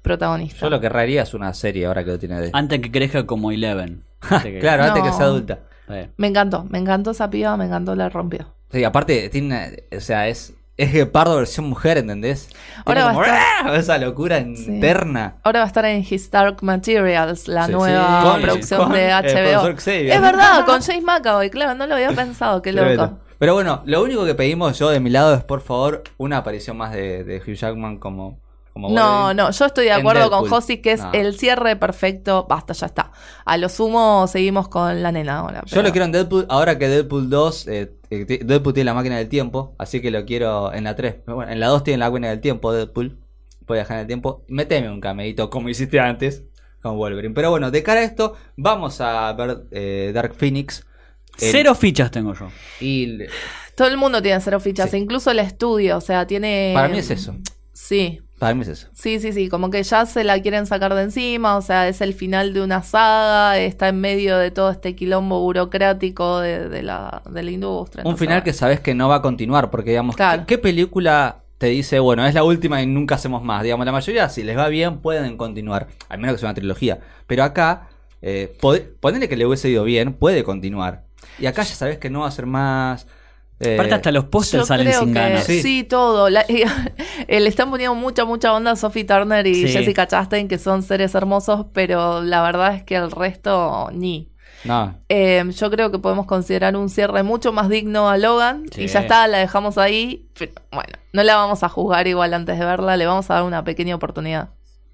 B: protagonista.
A: Yo lo que raría es una serie ahora que lo tiene de...
C: Antes que crezca como [laughs] Eleven. Viste que-
A: Claro, antes que
B: No.
A: sea adulta.
C: Eh.
B: Me encantó, me encantó esa piba, me encantó, la rompió.
A: Sí, aparte, tiene, o sea, es, es Gepardo versión mujer, ¿entendés? Tiene
B: Ahora va
A: como,
B: a
A: ¡ah! esa locura
B: Sí.
A: interna.
B: Ahora va a estar en His Dark Materials, la
A: Sí.
B: nueva
A: Sí. Con-
B: producción
A: con,
B: de
A: eh,
B: HBO.
A: profesor Xavier.
B: es verdad, con James McAvoy, claro, no lo había pensado, qué loco.
A: Tremendo. Pero bueno, lo único que pedimos yo de mi lado es, por favor, una aparición más de, de Hugh Jackman como... como
B: No,
A: Wolverine.
B: no, yo estoy de
A: En
B: acuerdo con
A: Deadpool.
B: Josi que es
A: No.
B: el cierre perfecto, basta, ya está. A lo sumo seguimos con la nena ahora.
A: Yo lo
B: pero-
A: quiero en Deadpool, ahora que Deadpool 2, eh, eh, ti- Deadpool tiene la máquina del tiempo, así que lo quiero en la 3. Bueno, en la 2 tiene la máquina del tiempo, Deadpool. Voy a dejar en el tiempo. Meteme un cameíto como hiciste antes con Wolverine. Pero bueno, de cara a esto, vamos a ver eh, Dark Phoenix. El-
C: Cero fichas tengo yo.
A: Y le-
B: Todo el mundo tiene cero fichas,
A: Sí.
B: incluso el estudio, o sea, tiene...
A: para mí es eso.
B: Sí,
A: Para mí es eso.
B: sí, sí, sí, como que ya se la quieren sacar de encima, o sea, es el final de una saga, está en medio de todo este quilombo burocrático de, de la, de la industria.
A: Un final que sabes que no va a continuar, porque digamos,
B: Claro.
A: ¿qué, qué película te dice, bueno, es la última y nunca hacemos más? Digamos, la mayoría, si les va bien, pueden continuar, al menos que sea una trilogía. Pero acá, eh, pod- ponele que le hubiese ido bien, puede continuar. Y acá ya sabes que no va a ser más... eh,
C: Aparte hasta los
B: Yo
C: pósters salen
B: creo
C: sin
B: que
C: ganas.
A: Sí.
B: sí. todo. La- [laughs] eh, le están poniendo mucha, mucha onda a Sophie Turner y
C: Sí.
B: Jessica Chastain, que son seres hermosos, pero la verdad es que el resto ni.
A: No,
B: Eh, yo creo que podemos considerar un cierre mucho más digno a Logan
C: Sí.
B: y ya está, la dejamos ahí. Pero, bueno, no la vamos a juzgar igual antes de verla, le vamos a dar una pequeña oportunidad.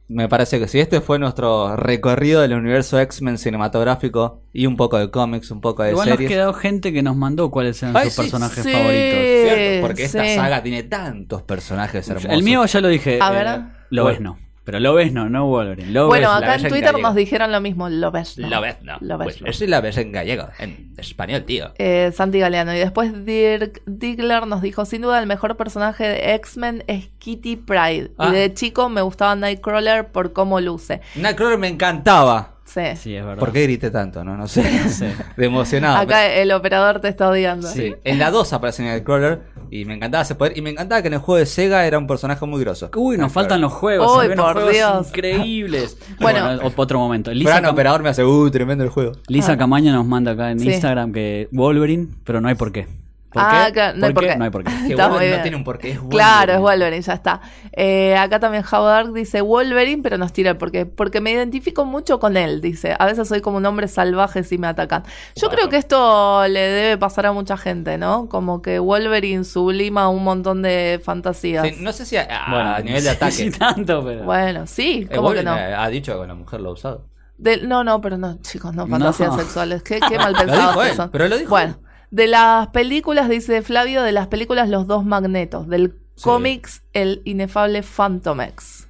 A: Me parece que si este fue nuestro recorrido del universo X-Men cinematográfico y un poco de cómics, un poco de
C: Igual nos
A: series.
C: quedó gente que nos mandó cuáles eran
A: Ay,
C: sus
A: sí,
C: personajes
B: sí.
C: favoritos.
A: Cierto, Porque esta
B: Sí.
A: saga tiene tantos personajes hermosos.
C: El mío ya lo dije.
B: A
C: eh,
B: ver.
C: lo ves no. Pero lo ves no, no Wolverine. Lo
B: Bueno,
A: la
B: acá en
A: bella en
B: Twitter
A: gallego.
B: nos dijeron lo mismo, lo ves.
A: La vez no.
B: Lo ves, no.
A: Pues, es la vez en gallego, en español, tío.
B: Eh, Santi Galeano. Y después Dirk Diggler nos dijo, sin duda el mejor personaje de X-Men es Kitty Pride.
A: Ah.
B: Y de chico me gustaba Nightcrawler por cómo luce.
A: Nightcrawler me encantaba.
B: Sí.
C: Sí, es verdad.
A: ¿Por qué grité tanto? No, no sé.
C: Sí.
A: [laughs] De emocionado.
B: Acá el operador te está odiando.
A: Ah, Sí, en la 2 aparece Nightcrawler y me encantaba ese poder. Y me encantaba que en el juego de Sega era un personaje muy groso.
C: Uy, nos faltan los juegos.
B: Uy,
C: se ven unos
B: por
C: juegos
B: Dios.
C: increíbles.
B: [laughs] Bueno.
C: o- otro momento. Lisa,
A: Gran
C: Cam-
A: operador me hace, uh, tremendo el juego.
C: Lisa Camaño nos manda acá en
B: Sí.
C: Instagram que Wolverine, pero no hay por qué. ¿Por
B: Ah,
C: qué?
B: claro, no hay por qué.
C: No
B: [laughs]
C: hay por qué.
A: Que Wolverine
B: Está muy bien.
A: no tiene un porqué, es Wolverine.
B: Claro, es Wolverine, ya está. Eh, acá también Howard dice Wolverine, pero nos tira porque porque me identifico mucho con él, dice. A veces soy como un hombre salvaje si me atacan. Yo creo que esto le debe pasar a mucha gente, ¿no? Como que Wolverine sublima un montón de fantasías.
A: Sí, no sé si a, a- a Ah, nivel de
C: sí,
A: ataque.
C: sí, tanto, pero.
B: Bueno, sí,
A: Eh,
B: ¿cómo que
A: Wolverine
B: no?
A: ha dicho que con la mujer lo ha
B: [laughs]
A: usado.
B: Del- no, no, pero no, chicos, no fantasías
C: No.
A: [laughs]
B: sexuales. Qué, qué mal
A: Lo dijo
B: pensados que
A: él,
B: son.
A: pero lo dijo
B: Bueno, de las películas, dice Flavio, de las películas Los dos magnetos, del
A: Sí.
B: cómics El inefable Phantomex.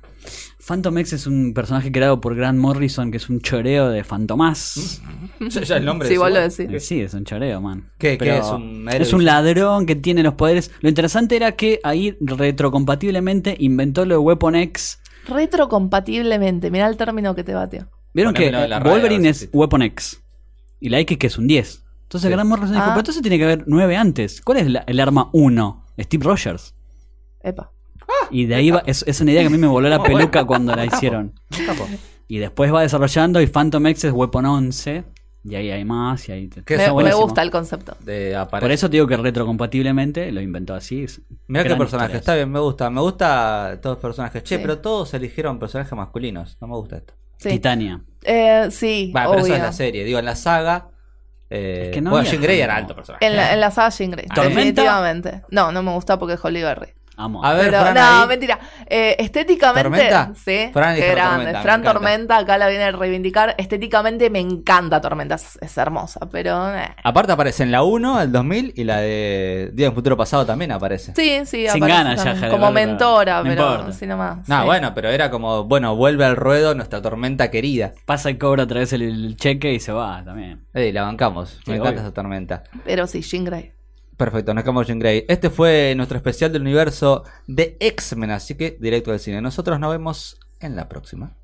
C: Phantom X es un personaje creado por Grant Morrison, que es un choreo de Fantomás.
A: él. Ya- ya el nombre
B: Sí,
A: es
B: vos
A: igual.
B: lo decís.
C: Eh, Sí, es un choreo, man.
A: ¿Qué-
C: Pero
A: qué es un héroe?
C: es un ladrón que tiene los poderes. Lo interesante era que ahí retrocompatiblemente inventó lo de Weapon X.
B: Retrocompatiblemente, mirá el término que te batió.
C: Vieron que
A: Ponémelo en la
C: eh,
A: radio,
C: Wolverine
A: a ver
C: es
A: si existe.
C: Weapon X. Y la X que es un 10. Entonces
A: Sí.
C: Grant Morrison dijo,
B: Ah.
C: pero entonces tiene que haber 9 antes. ¿Cuál es la- el arma 1? Steve Rogers.
B: Epa.
C: Y de ahí va, es, es una idea que a mí me voló la
A: Muy [laughs] bueno.
C: peluca cuando la hicieron. Y después va desarrollando y Phantom X es Weapon 11. Y ahí hay más. Y ahí
A: Que
B: Me,
A: está
B: me
A: buenísimo.
B: gusta el concepto.
A: De
C: Por
A: aparece.
C: eso te digo que retrocompatiblemente lo inventó así. es
A: Mirá qué
C: gran
A: personaje,
C: historia.
A: está bien, me gusta. Me gusta todos los personajes. Che,
B: Sí.
A: pero todos eligieron personajes masculinos. No me gusta esto.
B: Sí,
C: Titania.
B: Eh, sí
A: Va, pero eso
B: obvio.
A: es la serie. Digo, en la saga. Eh,
C: Es que no
A: bueno,
C: había
A: Jean Grey era
C: tanto.
A: alto personaje.
B: en, la, en la saga Jean Grey,
C: ¿Tormenta?
B: definitivamente. No, no me gusta porque es Holly Berry.
C: Amo.
A: A ver,
B: Pero,
A: Fran,
B: no,
A: ahí.
B: mentira. Eh, estéticamente,
A: ¿Tormenta?
B: sí.
A: Fran dijo
B: qué grande.
A: Tormenta, me
B: Fran
A: encanta.
B: Tormenta, acá la viene a reivindicar. Estéticamente me encanta Tormenta, es, es hermosa, pero. eh.
A: Aparte aparece en la 1, el 2000 y la de Día del Futuro Pasado también aparece.
B: Sí, sí,
C: Sin
B: aparece
C: ganas ya,
B: también
C: Jade
B: Como
C: Bárbara.
B: mentora,
C: No
B: pero
C: importa.
B: así nomás.
A: No,
B: sí.
A: bueno, pero era como, bueno, vuelve al ruedo nuestra tormenta querida.
C: Pasa y cobra otra vez el, el cheque y se va también.
A: Ey, la bancamos. Me
C: Sí,
A: encanta
C: obvio.
A: esa tormenta.
B: Pero sí, Jean Grey.
A: Perfecto, nos quedamos Jean Grey. Este fue nuestro especial del universo de X-Men, así que directo al cine. Nosotros nos vemos en la próxima.